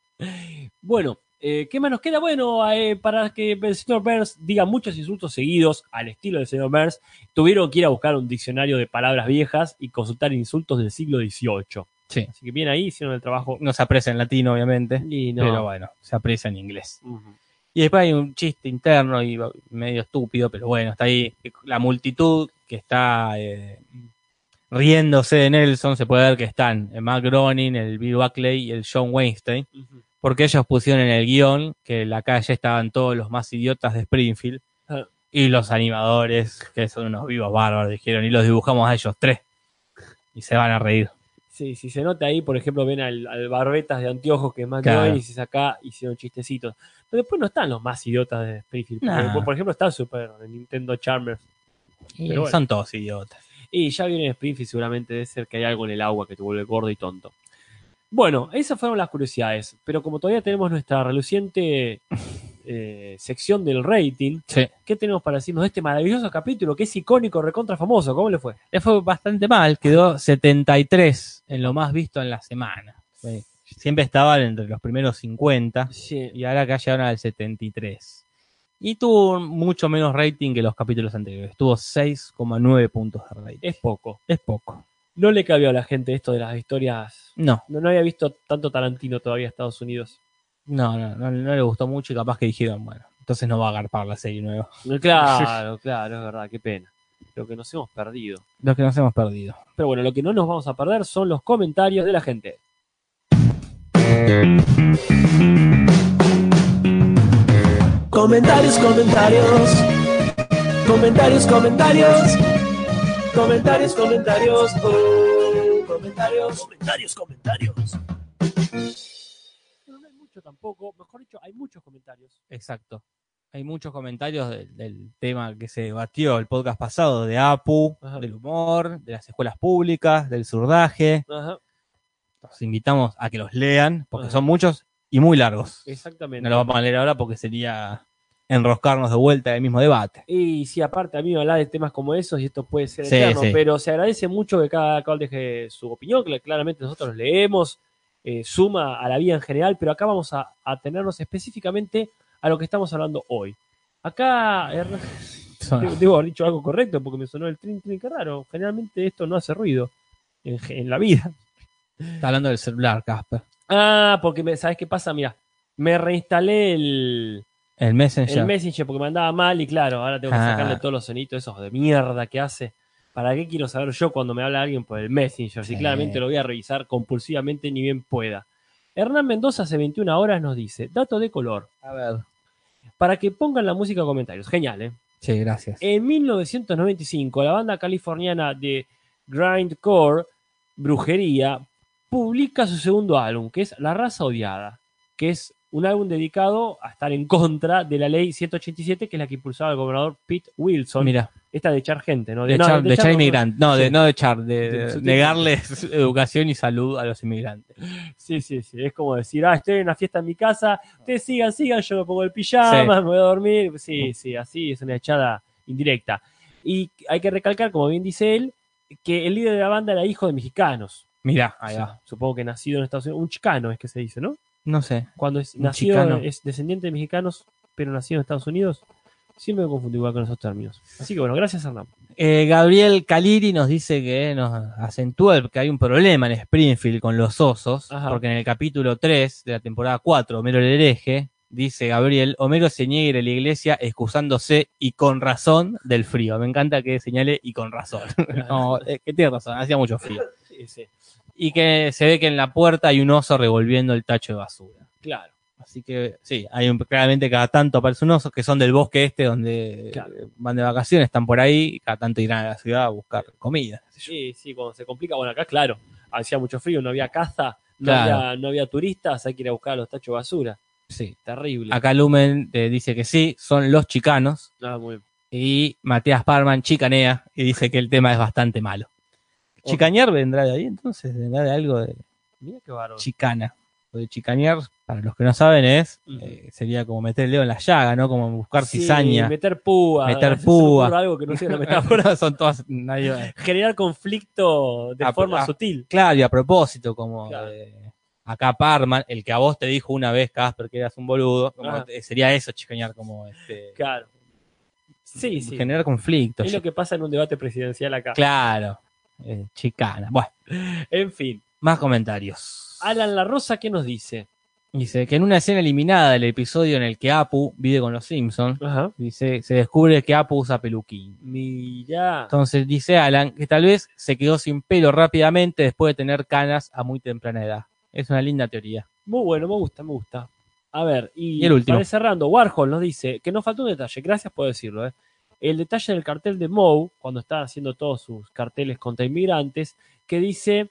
D: Bueno, eh, ¿qué más nos queda? Bueno, eh, para que el señor Burns diga muchos insultos seguidos al estilo del señor Burns, tuvieron que ir a buscar un diccionario de palabras viejas y consultar insultos del siglo XVIII.
C: Sí.
D: Así que bien ahí hicieron el trabajo.
C: No se aprecia en latino, obviamente,
D: Y no.
C: pero bueno, se aprecia en inglés.
D: Ujú.
C: Y después hay un chiste interno y medio estúpido, pero bueno, está ahí la multitud que está eh, riéndose de Nelson. Se puede ver que están el Matt Groening, el Bill Buckley y el John Weinstein,
D: Ujú.
C: porque ellos pusieron en el guión que en la calle estaban todos los más idiotas de Springfield
D: Ah.
C: y los animadores, que son unos vivos bárbaros, dijeron, y los dibujamos a ellos tres. Y se van a reír.
D: Sí, si se nota ahí, por ejemplo, ven al, al Barbetas de anteojos que es más
C: Claro.
D: y se saca hicieron chistecitos. Pero después no están los más idiotas de Springfield. porque
C: Nah.
D: después, por ejemplo, está Super, el Nintendo Charmer.
C: Y
D: Pero bueno.
C: Son todos idiotas.
D: Y ya viene Springfield, seguramente debe ser que hay algo en el agua que te vuelve gordo y tonto. Bueno, esas fueron las curiosidades. Pero como todavía tenemos nuestra
C: <laughs>
D: reluciente eh, sección del rating,
C: Sí.
D: ¿qué tenemos para decirnos de este maravilloso capítulo que es icónico, recontra famoso? ¿Cómo le fue?
C: Le fue bastante mal, quedó 73 en lo más visto en la semana. Sí. Siempre estaban entre los primeros 50
D: Sí,
C: y ahora acá llegaron al 73. Y tuvo un- mucho menos rating que los capítulos anteriores. Tuvo 6,9 puntos de rating.
D: es poco.
C: Es poco.
D: No le cabió a la gente esto de las historias
C: No,
D: No, no había visto tanto Tarantino todavía en Estados Unidos.
C: no, no, no, no le gustó mucho
D: Eh,
C: y capaz que dijeron, bueno, entonces no va a agarpar la serie nueva.
D: Claro, claro, es verdad, qué pena. lo que nos hemos perdido.
C: Los que nos hemos perdido.
D: Pero bueno, lo que no nos vamos a perder son los comentarios de la gente.
A: Comentarios, comentarios. Comentarios, comentarios. Comentarios, comentarios. Oh, comentarios, comentarios, comentarios.
D: No, no hay mucho tampoco, mejor dicho, hay muchos comentarios.
C: Exacto. Hay muchos comentarios del, del tema que se debatió el podcast pasado de APU,
D: Ajá.
C: del humor, de las escuelas públicas, del surdaje.
D: Ajá,
C: Los invitamos a que los lean, porque
D: Ajá.
C: son muchos y muy largos.
D: exactamente.
C: No lo vamos a leer ahora porque sería enroscarnos de vuelta en el mismo debate.
D: Y sí, aparte a mí me hablar de temas como esos y esto puede ser
C: Sí,
D: eterno,
C: sí.
D: pero se agradece mucho que cada cual deje su opinión, que claramente nosotros leemos, eh, suma a la vida en general, pero acá vamos a atenernos específicamente a lo que estamos hablando hoy. Acá, Hernán,
C: Son-
D: de- debo haber dicho algo correcto porque me sonó el trin trin, qué raro. Generalmente esto no hace ruido en, ge- en la vida.
C: Está hablando del celular, Casper.
D: Ah, porque me, ¿sabes qué pasa? Mira, me reinstalé el,
C: El Messenger.
D: El Messenger porque me andaba mal y claro, ahora tengo que
C: Ah.
D: sacarle todos los sonitos esos de mierda que hace. ¿Para qué quiero saber yo cuando me habla alguien por el Messenger? Si
C: Sí.
D: claramente lo voy a revisar compulsivamente ni bien pueda. Hernán Mendoza hace 21 horas nos dice, dato de color,
C: A ver.
D: para que pongan la música en comentarios. Genial, ¿eh?
C: Sí, gracias.
D: En 1995, la banda californiana de Grindcore, Brujería, publica su segundo álbum, que es La raza odiada, que es un álbum dedicado a estar en contra de la ley 187, que es la que impulsaba el gobernador Pete Wilson.
C: Mira,
D: Esta de echar gente, ¿no?
C: de,
D: no,
C: echar, de echar
D: no,
C: inmigrantes. No, de,
D: Sí.
C: no de echar, de,
D: De-
C: de
D: de-
C: negarles <laughs> educación y salud a los inmigrantes.
D: Sí, sí, sí. Es como decir, ah, estoy en una fiesta en mi casa, ustedes sigan, sigan, yo me pongo el pijama, me voy a dormir. Sí, sí, así es una echada indirecta. Y hay que recalcar, como bien dice él, que el líder de la banda era hijo de mexicanos.
C: Mira, ahí
D: Sí,
C: va.
D: Supongo que nacido en Estados Unidos. Un chicano es que se dice, ¿no?
C: No sé.
D: Cuando es
C: Un
D: nacido,
C: chicano.
D: es descendiente de mexicanos, pero nacido en Estados Unidos. Siempre me confundo igual con esos términos. Así que bueno, gracias,
C: <laughs>
D: Hernán.
C: Eh, Gabriel Caliri nos dice que nos acentúa el- que hay un problema en Springfield con los osos,
D: Ajá.
C: porque en el capítulo 3 de la temporada 4, Homero el hereje, dice Gabriel, Homero se niega a ir a la iglesia excusándose y con razón del frío. Me encanta que señale y con razón. <laughs> no, eh, que tiene razón, hacía mucho frío.
D: Sí, sí,
C: Y que se ve que en la puerta hay un oso revolviendo el tacho de basura.
D: claro.
C: Así que sí, hay un, claramente cada tanto aparecen osos que son del bosque este donde
D: Claro.
C: eh, van de vacaciones, están por ahí, y cada tanto irán a la ciudad a buscar comida. qué sé yo.
D: Sí, sí, cuando se complica. Bueno, acá, claro, hacía mucho frío, no había caza, no,
C: Claro.
D: había, no había turistas, hay que ir a buscar a los tachos de basura.
C: Sí.
D: Terrible.
C: Acá Lumen te dice que sí, son los chicanos.
D: Ah, muy bien.
C: Y Matías Parman chicanea y dice que el tema es bastante malo.
D: Ok.
C: Chicanear vendrá de ahí entonces, vendrá de algo de
D: Mira qué bárbaro.
C: chicana. Lo de chicanear, para los que no saben, es
D: Ujú.
C: eh, sería como meter el dedo en la llaga, ¿no? Como buscar
D: Sí,
C: cizaña. <laughs>
D: Meter púa.
C: Meter
D: Se me ocurre
C: púa.
D: Algo que no sea una metáfora.
C: <laughs> son todas. nadie-
D: Generar conflicto de
C: Ah,
D: forma
C: ah.
D: sutil.
C: Claro, y a propósito, como
D: Claro.
C: eh, acá Parman, el que a vos te dijo una vez, Casper, que eras un boludo, como
D: Ajá.
C: te- sería eso, chicanear, como este,
D: Claro. Sí, sí.
C: generar conflictos.
D: Es lo que pasa en un debate presidencial acá.
C: Claro, eh, chicana. Bueno,
D: En fin,
C: más comentarios.
D: Alan La Rosa, ¿qué nos dice?
C: Dice que en una escena eliminada del episodio en el que Apu vive con los Simpsons,
D: Ajá.
C: dice, se descubre que Apu usa peluquín.
D: Mirá.
C: Entonces dice Alan que tal vez se quedó sin pelo rápidamente después de tener canas a muy temprana edad. Es una linda teoría.
D: Muy bueno, me gusta, me gusta. A ver, y,
C: Y el último.
D: para ir cerrando, Warhol nos dice que nos faltó un detalle, gracias por decirlo. ¿eh? El detalle del cartel de Moe, cuando está haciendo todos sus carteles contra inmigrantes, que dice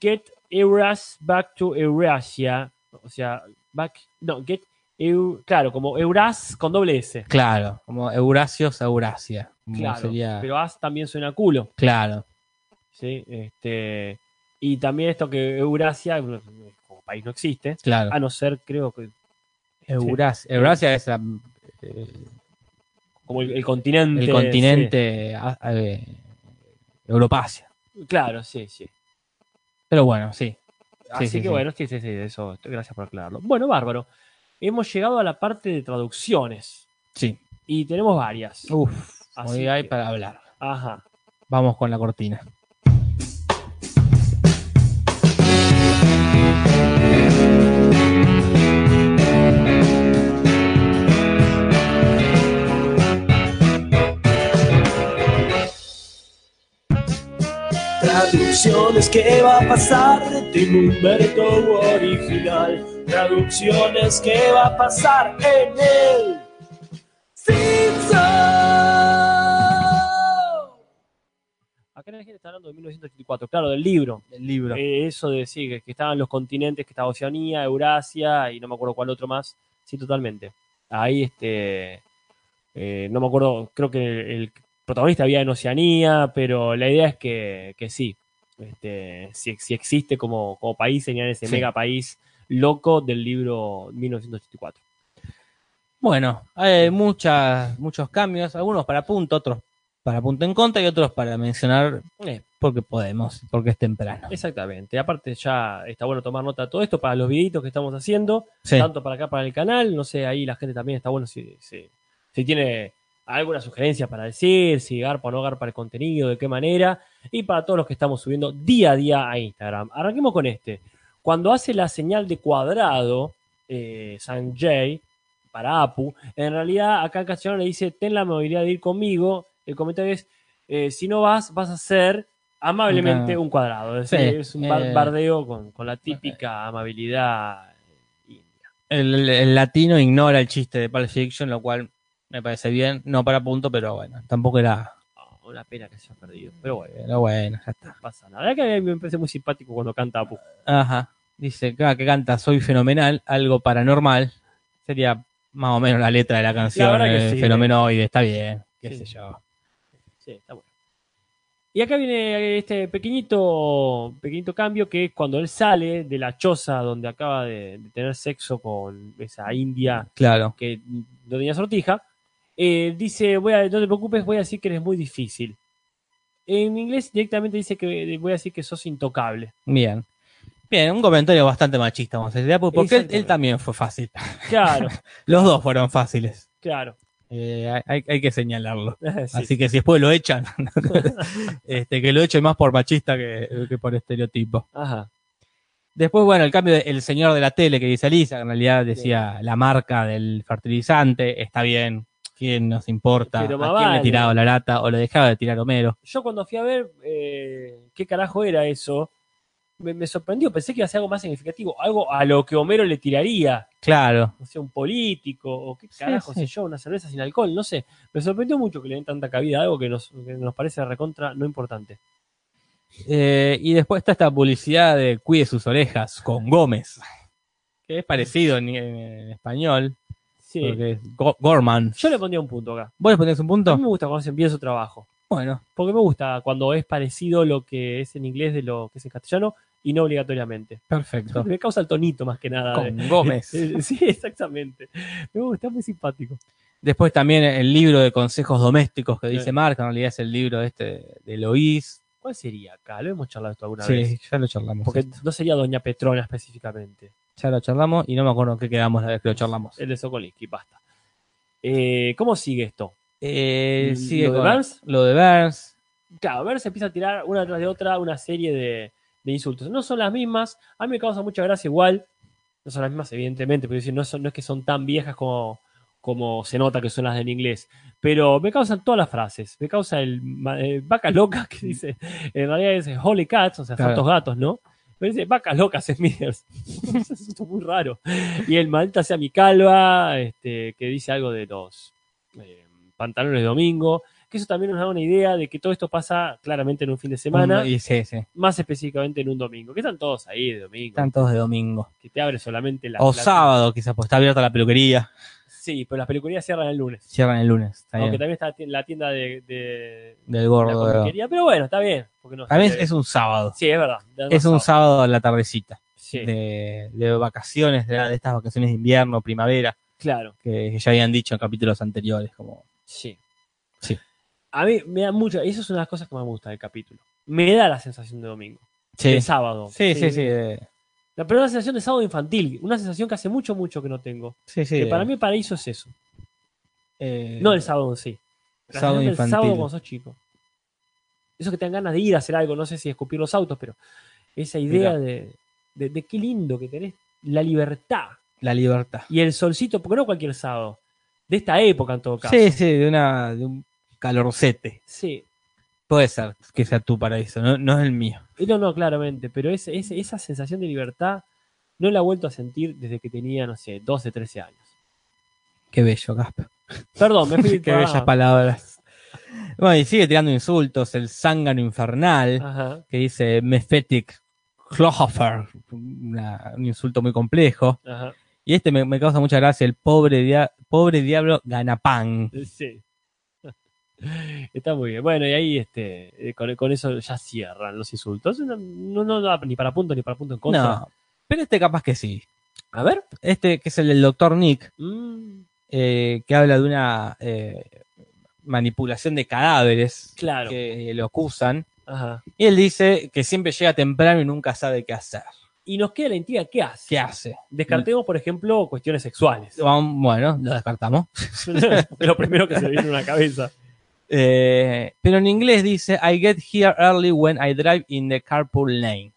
D: Get Euras back to Eurasia. O sea, back. No, get. Eu- claro, como Euras con doble S.
C: Claro, como Eurasios a Eurasia. como
D: Claro,
C: sería-
D: pero as también suena a culo.
C: Claro,
D: ¿sí? Este, y también esto que Eurasia, como país no existe,
C: claro.
D: a no ser, creo que,
C: Euras- Eurasia es la- eh,
D: como el, el continente.
C: el continente a- a- eh, Europasia.
D: sí. Claro, sí, sí.
C: Pero bueno, sí.
D: Así
C: sí,
D: que
C: sí.
D: bueno, sí, sí, sí, eso, gracias por aclararlo. Bueno, bárbaro. Hemos llegado a la parte de traducciones
C: Sí.
D: y tenemos varias.
C: Uh, Uf,
D: Así
C: hoy hay
D: que-
C: para hablar.
D: Ajá.
C: Vamos con la cortina.
A: Traducciones que va a pasar de Humberto original. Traducciones que va a pasar en el Simpson.
D: Acá la gente está hablando de 1984, claro, del libro.
C: El libro.
D: Eh, eso de sí, que, que estaban los continentes, que estaba Oceanía, Eurasia y no me acuerdo cuál otro más. Sí, totalmente. Ahí, este. eh, no me acuerdo, creo que el, el protagonista había en Oceanía, pero la idea es que, que sí. Este, si, si existe como, como país, sería ese
C: Sí.
D: mega país loco del libro 1984.
C: Bueno, hay muchas, muchos cambios, algunos para punto, otros para punto en contra y otros para mencionar eh, porque podemos, porque es temprano.
D: Exactamente. Aparte, ya está bueno tomar nota de todo esto para los videitos que estamos haciendo.
C: Sí.
D: tanto para acá, para el canal. No sé, ahí la gente también está bueno si, si, si tiene alguna sugerencia para decir, si garpa o no garpa el contenido, de qué manera. Y para todos los que estamos subiendo día a día a Instagram. Arranquemos con este. Cuando hace la señal de cuadrado, eh, Sanjay, para Apu, en realidad acá el castellano le dice, ten la amabilidad de ir conmigo. El comentario es, eh, si no vas, vas a ser amablemente
C: Claro.
D: un cuadrado. Es,
C: Sí,
D: decir, es un bar-
C: eh,
D: bardeo con, con la típica amabilidad india.
C: El, el- el latino ignora el chiste de Pulp Fiction, lo cual me parece bien, no para punto, pero bueno, tampoco era,
D: Ah, una pena que se ha perdido. Pero bueno,
C: pero bueno, ya está.
D: no pasa nada. La verdad que a mí me parece muy simpático cuando canta Apu.
C: Ajá. Dice acá que canta Soy fenomenal, algo paranormal. Sería más o menos la letra de la canción.
D: verdad que
C: eh,
D: sí.
C: Fenomenoide, está bien. Qué
D: Sí. Ah.
C: sé yo.
D: Sí, está bueno. Y acá viene este pequeñito, pequeñito cambio que es cuando él sale de la choza donde acaba de, de tener sexo con esa india
C: Ah, Claro.
D: que no tenía sortija. eh, dice, voy a, no te preocupes, voy a decir que eres muy difícil. En inglés directamente dice que voy a decir que sos intocable.
C: Bien. Bien, un comentario bastante machista, vamos a decir. ¿eh? Porque él,
D: Exactamente.
C: él también fue fácil. <laughs>
D: Claro,
C: Los dos fueron fáciles.
D: claro.
C: Eh, hay, hay que señalarlo.
D: Sí.
C: Así que si después lo echan, <laughs> este, que lo echen más por machista que, que por estereotipo.
D: Ajá.
C: Después, bueno, el cambio de El Señor de la Tele que dice Elisa, que en realidad decía la marca del fertilizante, está bien, ¿quién nos importa? ¿A
D: Pero
C: quién
D: más
C: le
D: vale.
C: tiraba la lata o le dejaba de tirar Homero?
D: yo cuando fui a ver eh, qué carajo era eso, me, me sorprendió. Pensé que iba a ser algo más significativo, algo a lo que Homero le tiraría,
C: Claro,
D: no sé, un político o qué
C: Sí,
D: carajo
C: sí.
D: sé yo, una cerveza sin alcohol, no sé. Me sorprendió mucho que le den tanta cabida a algo que nos, que nos parece recontra no importante.
C: Eh, y después está esta publicidad de Cuide sus orejas con Gómez, que es parecido en, en español,
D: Sí.
C: porque es Go- Gorman.
D: Yo Mm, le pondría un punto acá.
C: ¿Vos le ponés
D: A
C: un
D: mí
C: punto?
D: me gusta cuando hacen bien su trabajo,
C: Bueno,
D: porque me gusta cuando es parecido lo que es en inglés de lo que es en castellano y no obligatoriamente.
C: perfecto.
D: Me causa el tonito más que nada. de- <laughs>
C: Con Gómez.
D: Sí, exactamente. Me gusta, muy simpático.
C: Después también el libro de consejos domésticos que
D: Sí.
C: dice Marca, en realidad es el libro este de Loís.
D: ¿Cuál sería acá? Lo hemos charlado esto alguna
C: Sí,
D: vez.
C: ya lo charlamos.
D: Porque
C: esto.
D: no sería Doña Petrona específicamente.
C: Ya lo charlamos y no me acuerdo en qué quedamos la vez que lo charlamos.
D: El de Sokolinsky, basta. Eh, ¿Cómo sigue esto?
C: Eh,
D: ¿Lo
C: sigue
D: de
C: con-
D: Burns?
C: Lo de Burns.
D: Claro, ver se empieza a tirar una tras de otra una serie de, de insultos. No son las mismas. A mí me causa mucha gracia igual. No son las mismas, evidentemente, pero decir, no, son- no es que son tan viejas como, como se nota que son las del inglés. Pero me causan todas las frases. Me causa el ma- eh, vacas locas que dice. En realidad dice holy cats, o sea,
C: Claro.
D: santos gatos, ¿no? Pero dice vacas locas, Smithers. <laughs> Eso es muy raro. Y el maldita sea mi calva, este, que dice algo de los eh, pantalones de domingo. Que eso también nos da una idea de que todo esto pasa claramente en un fin de semana,
C: Un- y sí, sí,
D: más específicamente en un domingo. Que están todos ahí de domingo.
C: Están todos de domingo.
D: Que te abre solamente la.
C: o
D: la-
C: sábado, quizás, pues está abierta la peluquería.
D: Sí, pero las peluquerías cierran el lunes.
C: Cierran el lunes. Está
D: Aunque
C: bien.
D: también está la tienda- la tienda de, de
C: Del
D: la
C: gordo. de-
D: peluquería. Pero bueno, está bien. Porque no
C: También es, es un sábado.
D: Sí, es verdad. da
C: es un
D: más sábado.
C: sábado a la tardecita.
D: Sí,
C: De, de vacaciones, de, de estas vacaciones de invierno, primavera,
D: claro.
C: que ya habían dicho en capítulos anteriores. Como,
D: Sí.
C: Sí.
D: A mí me da mucho. Eso es una de las cosas que más me gusta del capítulo. Me da la sensación de domingo. De
C: sí, sí,
D: sábado.
C: sí, sí. eh, de-
D: La, pero una sensación de sábado infantil. Una sensación que hace mucho, mucho que no tengo.
C: Sí, sí.
D: Que para mí el paraíso es eso.
C: eh,
D: No el sábado en sí. La sensación
C: sábado
D: del
C: infantil.
D: sábado cuando sos chico. Eso que te dan ganas de ir a hacer algo. No sé si escupir los autos, pero esa idea
C: Mirá.
D: de, de, de qué lindo que tenés la libertad
C: La libertad.
D: y el solcito, porque no cualquier sábado. De esta época en todo caso.
C: Sí, sí, de, una, de un calorcete.
D: Sí.
C: Puede ser que sea tu paraíso, no, no es el mío.
D: Eh, No, no, claramente, pero ese- ese- esa sensación de libertad no la he vuelto a sentir desde que tenía, no sé, 12, 13 años.
C: Qué bello, Gaspa.
D: Perdón, me fui.
C: <laughs> Qué
D: ah,
C: bellas palabras. Bueno, y sigue tirando insultos, el zángano infernal,
D: Ajá,
C: que dice Mephetic Klohofer, una- un insulto muy complejo.
D: ajá.
C: Y este me, me causa mucha gracia, el pobre, dia- pobre diablo Ganapán.
D: <laughs> Sí. Está muy bien. Bueno, y ahí este, eh, con, con eso ya cierran los insultos. No, no, no da ni para punto ni para punto en contra.
C: No, pero este capaz que sí.
D: A ver.
C: Este que es el del doctor Nick,
D: Mm,
C: eh, que habla de una eh, manipulación de cadáveres
D: claro.
C: que eh, lo acusan.
D: Ajá.
C: Y él dice que siempre llega temprano y nunca sabe qué hacer.
D: Y nos queda la intriga, ¿qué hace?
C: ¿Qué hace?
D: Descartemos, por ejemplo, cuestiones sexuales.
C: Bueno, lo descartamos.
D: <laughs> lo primero que se le viene a una cabeza.
C: Eh, pero en inglés dice, I get here early when I drive in the carpool lane.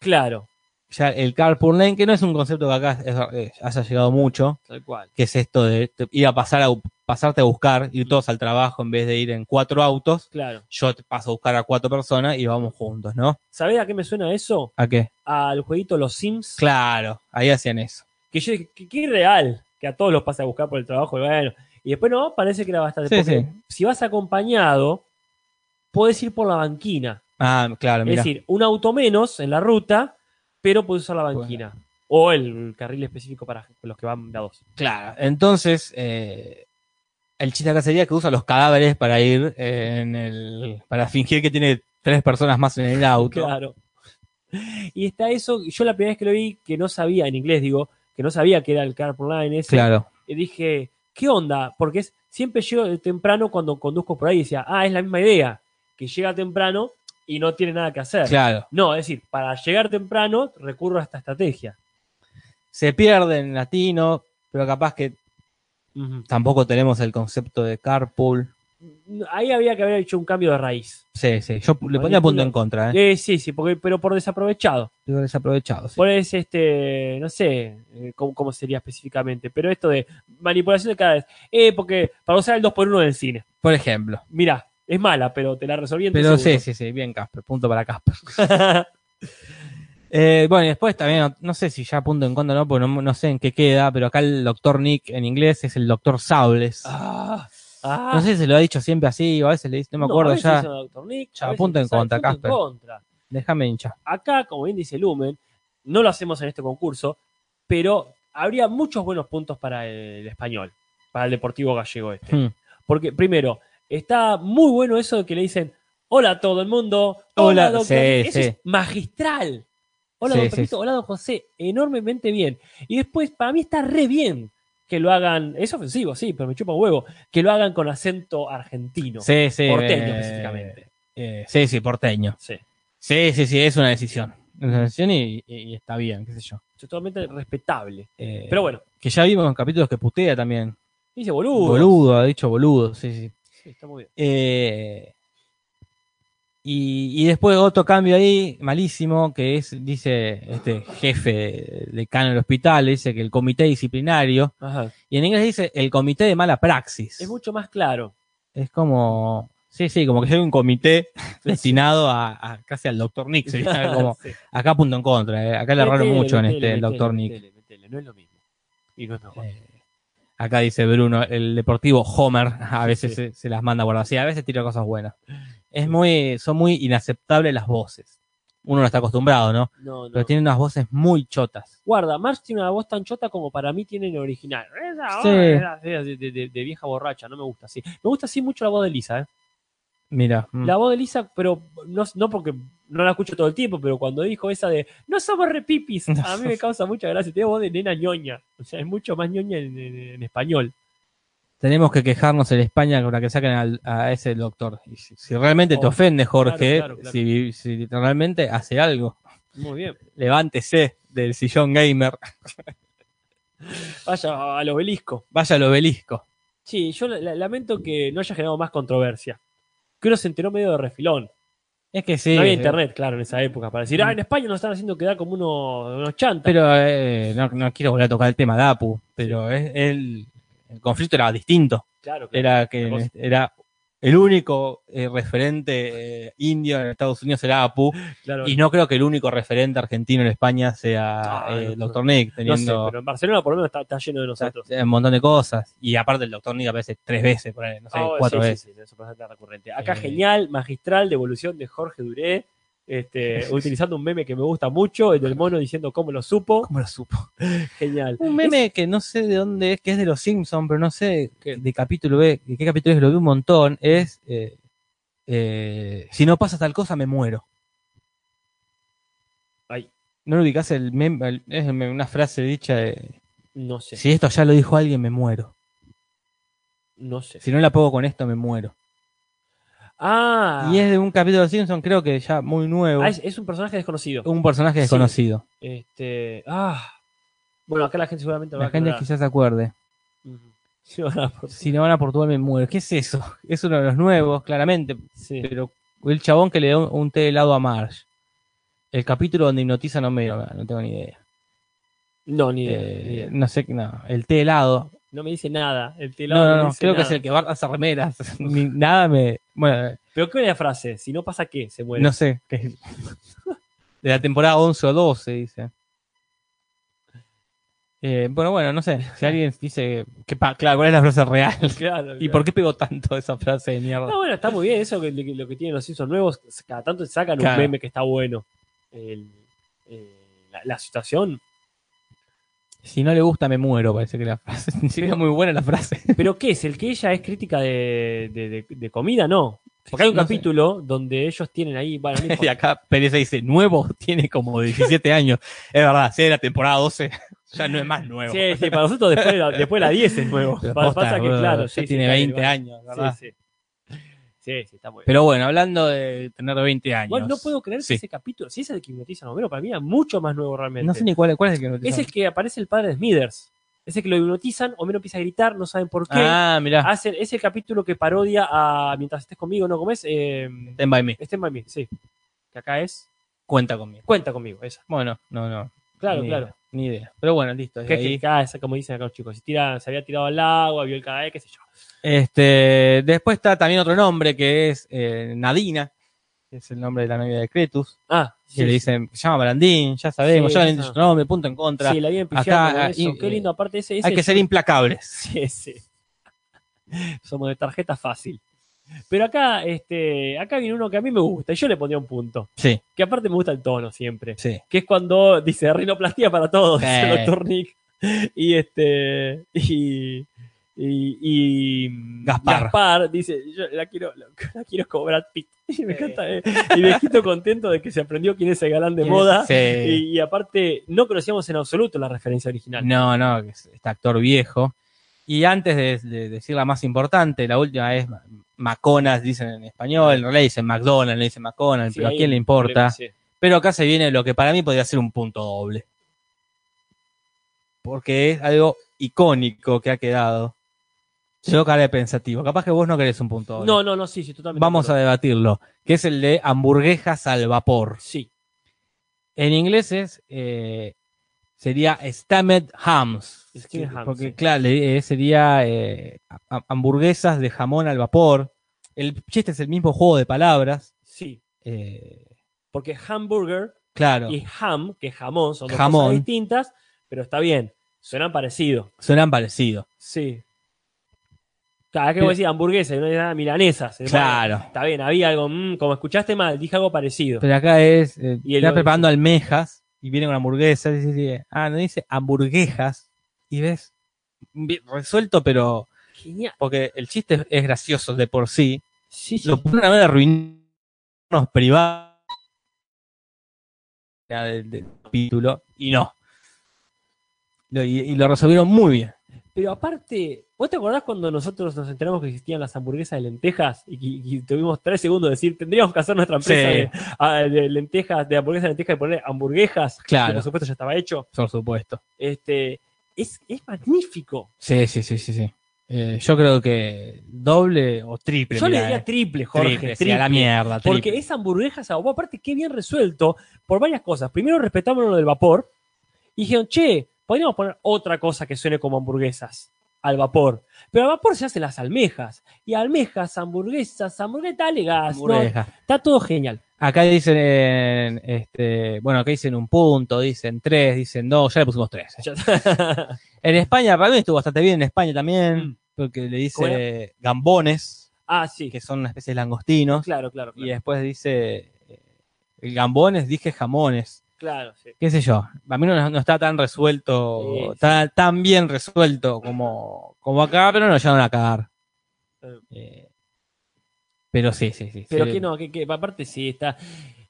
D: Claro,
C: Ya el carpool lane, que no es un concepto que acá es- eh, haya llegado mucho,
D: tal cual.
C: que es esto de te- ir a pasar a bu- pasarte a buscar, ir todos al trabajo en vez de ir en cuatro autos.
D: Claro.
C: Yo te paso a buscar a cuatro personas y vamos juntos, ¿no?
D: ¿Sabés a qué me suena eso?
C: ¿A qué?
D: Al jueguito Los Sims.
C: Claro, ahí hacían eso.
D: Que yo dije, qué, qué irreal. Que a todos los pasa a buscar por el trabajo. y Bueno. Y después no, parece que era bastante.
C: Sí,
D: porque
C: sí.
D: Si vas acompañado, podés ir por la banquina.
C: Ah, claro, mira.
D: Es decir, un auto menos en la ruta, pero podés usar la
C: Bueno.
D: banquina. O el carril específico para los que van de a dos.
C: Claro, entonces eh, el chiste acá sería que usa los cadáveres para ir en el. para fingir que tiene tres personas más en el auto.
D: Claro. <laughs> Y está eso, yo la primera vez que lo vi, que no sabía, en inglés digo, que no sabía que era el carpool line ese,
C: Claro.
D: y dije, ¿qué onda? Porque es, siempre llego de temprano cuando conduzco por ahí y decía, ah, es la misma idea, que llega temprano y no tiene nada que hacer.
C: Claro.
D: No, es decir, para llegar temprano recurro a esta estrategia.
C: Se pierde en latino, pero capaz que
D: Ujú.
C: tampoco tenemos el concepto de carpool.
D: Mm, Ahí había que haber hecho un cambio de raíz.
C: Sí, sí. Yo le ponía punto en contra, ¿eh?
D: Eh, sí, sí, porque, pero por desaprovechado.
C: Estuvo desaprovechado. sí.
D: Por ese, este, no sé eh, cómo, cómo sería específicamente, pero esto de manipulación de cada vez. Eh, porque para usar el 2x1 del cine.
C: Por ejemplo.
D: Mira, es mala, pero te la resolví en dos
C: Pero sí,
D: segundos.
C: sí, sí. Bien, Casper. Punto para Casper. <laughs> Eh, bueno, y después también, no, no sé si ya punto en contra o no, porque no, no sé en qué queda, pero acá el doctor Nick en inglés es el doctor Sables.
D: <laughs> Ah, ah.
C: No sé si se lo ha dicho siempre así o a veces le dice, no me
D: No,
C: acuerdo
D: a veces
C: ya.
D: hizo Dr. Nick,
C: ya,
D: a veces
C: punto en
D: hizo-
C: contra,
D: punto
C: Casper.
D: contra. <laughs>
C: Déjame hinchar.
D: Acá, como bien dice Lumen, no lo hacemos en este concurso, pero habría muchos buenos puntos para el español, para el deportivo gallego este.
C: Hmm.
D: Porque, primero, está muy bueno eso de que le dicen hola a todo el mundo.
C: Hola,
D: Hola, doctor.
C: sí,
D: Eso
C: sí.
D: es magistral. Hola,
C: Sí,
D: doctor
C: sí,
D: Vito, Hola, don José. Enormemente bien. Y después, para mí está re bien que lo hagan. Es ofensivo, sí, pero me chupa un huevo. Que lo hagan con acento argentino.
C: Sí, sí.
D: porteño,
C: eh,
D: específicamente.
C: eh, sí, sí, porteño.
D: Sí.
C: Sí, sí, sí, es una decisión. Es una decisión y, y- y está bien, qué sé yo.
D: Totalmente respetable.
C: Eh,
D: Pero bueno,
C: Que ya vimos en capítulos que putea también.
D: dice boludo.
C: Boludo, ha dicho boludo, sí, sí.
D: Sí, está muy bien.
C: Eh, y, y después otro cambio ahí, malísimo, que es, dice este jefe decano del hospital, dice que el comité disciplinario,
D: Ajá.
C: y en inglés dice el comité de mala praxis.
D: Es mucho más claro.
C: Es como. Sí, sí, como que hay
D: <laughs>
C: un comité destinado a, a- casi al doctor Nick. sería como,
D: Sí.
C: acá punto en contra. eh, Acá le erraron
D: Metele,
C: mucho en
D: metele,
C: este el
D: metele,
C: doctor Nick.
D: metele, metele, No es lo mismo. Y no es mejor.
C: Eh, acá dice Bruno, el deportivo Homer <laughs> a veces
D: Sí.
C: Se, se las manda a guardar. Sí, a veces tira cosas buenas. Es muy, son muy inaceptables las voces. Uno no está acostumbrado, ¿no?
D: No, no.
C: Pero tiene unas voces muy chotas.
D: Guarda, Marx tiene una voz tan chota como para mí tiene en el original. Esa
C: Sí.
D: voz era de, de- de- de vieja borracha, no me gusta así. Me gusta así mucho la voz de Lisa, ¿eh?
C: Mira. mm.
D: La voz de Lisa, pero no, no porque no la escucho todo el tiempo, pero cuando dijo esa de no somos repipis, a mí me causa mucha gracia. Tiene voz de nena ñoña. O sea, es mucho más ñoña en, en- en español.
C: Tenemos que quejarnos en España con la que saquen al- a ese doctor. Y si, si realmente te
D: Oh,
C: ofende, Jorge,
D: claro, claro.
C: Si, si realmente hace algo,
D: Muy bien.
C: levántese del sillón gamer, <laughs>
D: Vaya al obelisco.
C: vaya al obelisco.
D: Sí, yo la- la- lamento que no haya generado más controversia. Que uno se enteró medio de refilón.
C: Es que sí.
D: no había
C: eh,
D: internet, claro, en esa época, para decir, ah, en España nos están haciendo quedar como unos, unos chantas.
C: Pero eh, no, no quiero volver a tocar el tema de Apu, pero es- el, el conflicto era distinto.
D: claro, claro.
C: Era que
D: Otra cosa.
C: era el único eh, referente eh, indio en Estados Unidos era Apu.
D: Claro,
C: Y no creo que el único referente argentino en España sea
D: Ah,
C: eh,
D: no,
C: Dr. Nick,
D: no sé,
C: teniendo
D: pero en Barcelona por lo menos está, está lleno de nosotros.
C: un montón de cosas. Y aparte el Dr. Nick aparece tres veces, por ahí, no sé,
D: Ah, bueno,
C: cuatro
D: sí, sí,
C: veces.
D: sí, eso es bastante recurrente. Acá
C: Eh.
D: genial, magistral, devolución de Jorge Duré,
C: <laughs>
D: este, utilizando un meme que me gusta mucho, el del mono diciendo cómo lo supo.
C: ¿Cómo lo supo?
D: Genial.
C: Un meme que no sé de dónde es, que es de los Simpsons, pero no sé qué- de capítulo B, de qué capítulo es, lo vi un montón, es eh, eh, si no pasa tal cosa me muero.
D: Ay.
C: ¿No lo ubicás el meme? el- es el meme, una frase dicha de
D: No sé,
C: si esto ya lo dijo alguien me muero.
D: no sé.
C: Si no la pongo con esto me muero.
D: Ah,
C: Y es de un capítulo de los Simpsons, creo que ya muy nuevo.
D: ah, es, es un personaje desconocido.
C: Un personaje desconocido.
D: Este, ah. Bueno, acá la gente seguramente va
C: La
D: a
C: gente
D: acordar.
C: quizás se acuerde.
D: Ujú. Sí, van a acordar.
C: Si no van a Portugal me muero. ¿Qué es eso? Es uno de los nuevos, claramente.
D: Sí.
C: pero el chabón que le da un, un té de helado a Marge. El capítulo donde hipnotiza no me no, tengo ni idea.
D: No, ni idea,
C: Eh,
D: ni idea.
C: no sé, no, el té de helado.
D: No me dice nada. El telón
C: no,
D: me
C: no, no,
D: dice
C: creo que
D: nada.
C: es el que guarda esas remeras. <laughs> Ni- nada me. Bueno,
D: Pero qué era la frase, si no pasa qué, se muere. <laughs>
C: no sé. que- de la temporada 11 o 12, dice. Eh, bueno, bueno, no sé. Si alguien dice. Que, pa- claro, ¿cuál es la frase real? <laughs>
D: Claro,
C: ¿Y
D: claro.
C: por qué pegó tanto esa frase de mierda?
D: No, bueno, está muy bien eso, que, que- lo que tienen los Simpsons nuevos, cada tanto sacan un
C: Claro.
D: meme que está bueno. El- eh, la, la situación.
C: Si no le gusta, me muero, parece que la frase. <laughs> Ni siquiera muy buena la frase.
D: ¿Pero qué es? ¿El que ella es crítica de, de- de- de comida? No. Porque hay un
C: No sé.
D: capítulo donde ellos tienen ahí, bueno,
C: <laughs>
D: no
C: Y
D: importa.
C: acá Pérez dice, nuevo, <laughs> tiene
D: <laughs>
C: como 17 años. Es verdad, si es de la temporada 12, <laughs> ya no es más nuevo.
D: Sí, sí, para nosotros después de la, después de la 10 es nuevo.
C: Pero
D: Pa-
C: posta,
D: pasa que,
C: boludo,
D: claro,
C: ya
D: sí, sí,
C: tiene
D: está bien,
C: 20
D: bueno.
C: años, ¿verdad?
D: Sí, sí. Sí, sí, está muy bien.
C: Pero bueno, hablando de tener 20 años.
D: Igual no puedo creer
C: Sí.
D: que ese capítulo, si es el que hipnotizan a Homero, para mí era mucho más nuevo realmente.
C: No sé ni cuál, cuál es el que no
D: es el que aparece el padre de Smithers. Es el que lo hipnotizan, Homero empieza a gritar, no saben por qué.
C: Ah, mirá,
D: Hacen- es el capítulo que parodia a Mientras estés conmigo, ¿no comes? Eh,
C: Stand by me,
D: Estén by me, sí. Que acá es
C: cuenta conmigo.
D: Cuenta conmigo, esa.
C: Bueno, no, no.
D: Claro,
C: ni
D: claro.
C: idea, ni idea. Pero bueno, listo. desde
D: Que,
C: ahí.
D: que- que- ah, esa, como dicen acá los chicos, si tira- se había tirado al agua, vio el cadáver, qué sé yo.
C: Este, después está también otro nombre que es eh, Nadina, que es el nombre de la novia de Cretus.
D: Ah,
C: Que le dicen, se llama Brandín, ya sabemos,
D: Sí,
C: ya le
D: esa.
C: han dicho su nombre, punto en contra.
D: Sí, la habían
C: Acá,
D: pillado con
C: ah,
D: eso.
C: y-
D: Qué lindo, aparte ese. ese
C: Hay que ser implacables.
D: <laughs> Sí, sí. Somos de tarjeta fácil. Pero acá, este, acá viene uno que a mí me gusta y yo le pondría un punto.
C: Sí,
D: Que aparte me gusta el tono siempre.
C: sí.
D: Que es cuando dice rinoplastía para todos, <laughs>
C: Sí.
D: dice el doctor Nick. Y este. Y. Y. y
C: Gaspar.
D: dice: Yo la quiero, la, la quiero como Brad Pitt. <laughs> Y me encanta. eh. Y me quito contento de que se aprendió quién es el galán de moda.
C: Sí.
D: Y, y aparte, no conocíamos en absoluto la referencia original.
C: No, no, que es este actor viejo. Y antes de, de decir la más importante, la última es Ma- Maconas, dicen en español, no le dicen McDonald's, le dicen Maconas,
D: Sí,
C: pero ¿a
D: hay
C: quién le
D: un
C: importa?
D: problema, sí.
C: Pero acá se viene lo que para mí podría ser un punto doble. Porque es algo icónico que ha quedado. Yo cara de pensativo. Capaz que vos no querés un punto doble.
D: No, no, no, sí, sí, totalmente.
C: Vamos a
D: ver.
C: debatirlo. Que es el de hamburguesas al vapor.
D: Sí,
C: En inglés es, eh, sería Stammed Hams.
D: Steamed hams,
C: porque,
D: sí.
C: claro, le- eh, sería eh, ha- hamburguesas de jamón al vapor. El chiste es el mismo juego de palabras.
D: sí.
C: eh,
D: Porque hamburger
C: claro,
D: y ham, que es jamón, son dos
C: Jamón.
D: cosas distintas, pero está bien, suenan parecido.
C: suenan parecidos.
D: Sí. Cada vez que vos
C: Pero-
D: decís hamburguesa y uno dice ah, milanesas. eh, bueno,
C: Claro.
D: Está bien, había algo, mm, como escuchaste mal, dije algo parecido.
C: Pero acá es, eh,
D: Y él
C: está
D: lo
C: preparando almejas y viene con hamburguesas. y dice, ah, no dice hamburguesas. Y ves, bien resuelto, pero
D: Genial.
C: porque el chiste es- es gracioso de por sí.
D: Sí, sí.
C: lo pueden haber arruinarnos privados del, del capítulo y no. Lo- y, y lo resolvieron muy bien.
D: Pero aparte, ¿vos te acordás cuando nosotros nos enteramos que existían las hamburguesas de lentejas y, que- y tuvimos tres segundos de decir, tendríamos que hacer nuestra empresa
C: Sí.
D: de, ah, de lentejas, de hamburguesas de lentejas y poner hamburguesas?
C: Claro.
D: Que por supuesto ya estaba hecho.
C: Por supuesto.
D: Este, es, es magnífico.
C: Sí, sí, sí, sí, sí. Eh, yo creo que doble o triple.
D: Yo le
C: mirá,
D: diría
C: eh.
D: triple, Jorge.
C: Triple,
D: Triple,
C: sí, a la mierda. Triple.
D: Porque esa hamburguesa a vapor, aparte, qué bien resuelto por varias cosas. Primero, respetamos lo del vapor. Y dijeron, che, podríamos poner otra cosa que suene como hamburguesas. al vapor. Pero al vapor se hacen las almejas. Y almejas, hamburguesas, hamburguesas, dale gas, ¿no?
C: Hamburguesas.
D: Está todo genial.
C: Acá dicen, este, bueno, acá dicen un punto, dicen tres, dicen dos, <laughs> ya le pusimos tres. eh.
D: Ya-
C: En España, para mí estuvo bastante bien en España también,
D: Mm.
C: porque le
D: ¿Cómo
C: dice gambones,
D: ah, sí.
C: que son una especie de langostinos,
D: Claro, claro, claro.
C: y después dice, eh, el gambones, dije jamones,
D: Claro, sí.
C: qué sé yo, a mí no, no está tan resuelto,
D: Sí, sí.
C: está tan bien resuelto como, como acá, pero no lo llegaron a cagar.
D: Eh.
C: Eh, pero sí, sí, sí.
D: Pero
C: sí.
D: que no, que, que aparte sí está.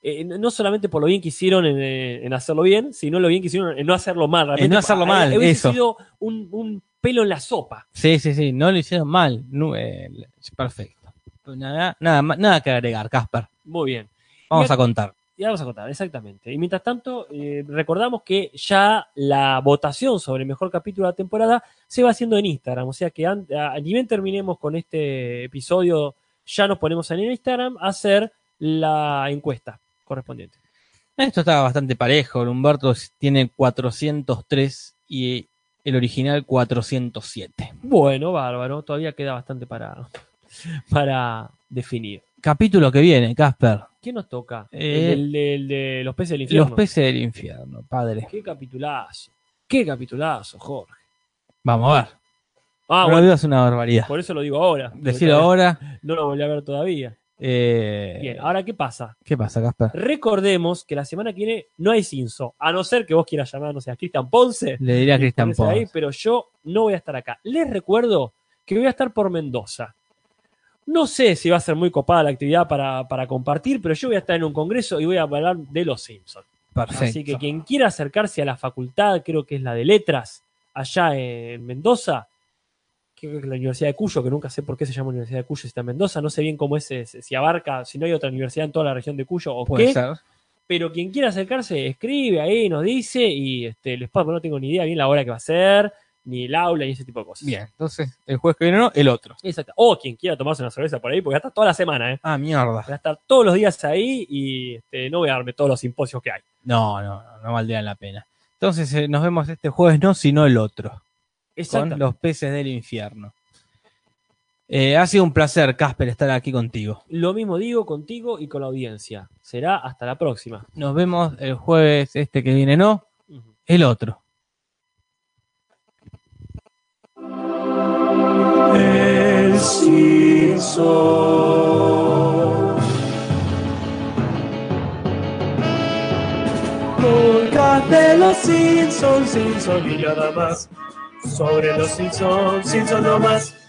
D: eh, no solamente por lo bien que hicieron en, eh, en hacerlo bien, sino lo bien que hicieron en no hacerlo mal. realmente,
C: no hacerlo
D: eh,
C: mal,
D: hubiese
C: eso.
D: sido un, un pelo en la sopa.
C: Sí, sí, sí, no lo hicieron mal. no, eh, perfecto. Pues Nada, nada, ma- nada que agregar, Casper.
D: Muy bien.
C: Vamos
D: Bien.
C: a contar.
D: Ya vamos a contar, exactamente. Y mientras tanto, eh, recordamos que ya la votación sobre el mejor capítulo de la temporada se va haciendo en Instagram. O sea que an- a- ni bien terminemos con este episodio, ya nos ponemos en Instagram a hacer la encuesta correspondiente.
C: Esto está bastante parejo. El Humberto tiene 403 y el original 407.
D: Bueno, bárbaro, todavía queda bastante para, <laughs> para definir.
C: Capítulo que viene, Casper.
D: ¿Qué nos toca?
C: Eh,
D: el, del- el de los peces del infierno.
C: Los peces del infierno, padre.
D: Qué capitulazo. Qué capitulazo, Jorge.
C: Vamos a ver.
D: Ah,
C: no
D: bueno,
C: lo digas una barbaridad.
D: por eso lo digo ahora. porque
C: Decirlo
D: todavía
C: ahora.
D: No lo volví a ver todavía.
C: eh,
D: Bien, ahora, ¿qué pasa?
C: ¿Qué pasa, Casper?
D: Recordemos que la semana que viene no hay Cinso, a no ser que vos quieras llamar, no sé, a Cristian Ponce.
C: Le diré a Cristian
D: ponerse ahí,
C: Pons.
D: pero yo no voy a estar acá. Les recuerdo que voy a estar por Mendoza. No sé si va a ser muy copada la actividad para, para compartir, pero yo voy a estar en un congreso y voy a hablar de los Simpsons.
C: Perfecto.
D: Así que quien quiera acercarse a la facultad, creo que es la de letras, allá en Mendoza, creo que es la Universidad de Cuyo, que nunca sé por qué se llama Universidad de Cuyo si está en Mendoza, no sé bien cómo es, eh, si abarca, si no hay otra universidad en toda la región de Cuyo o
C: Puede
D: qué
C: ser.
D: pero quien quiera acercarse, escribe ahí, nos dice, y este, les paso, no tengo ni idea bien la hora que va a ser, ni el aula, ni ese tipo de cosas.
C: Bien, entonces el jueves que viene no, el otro.
D: Exacto. O quien quiera tomarse una cerveza por ahí, porque va a estar toda la semana, ¿eh?
C: Ah, mierda.
D: Voy a estar todos los días ahí y este, no voy a darme todos los simposios que hay.
C: No, no, no, no valdrían la pena. Entonces eh, nos vemos este jueves, no, sino el otro,
D: Exacto.
C: con los peces del infierno. Eh, ha sido un placer, Casper, estar aquí contigo.
D: Lo mismo digo contigo y con la audiencia. Será hasta la próxima.
C: Nos vemos el jueves este que viene, no, el otro.
A: El Simpson. Podcast de los Simpsons, Simpson y nada más. Sobre los Simpsons, Simpson no más.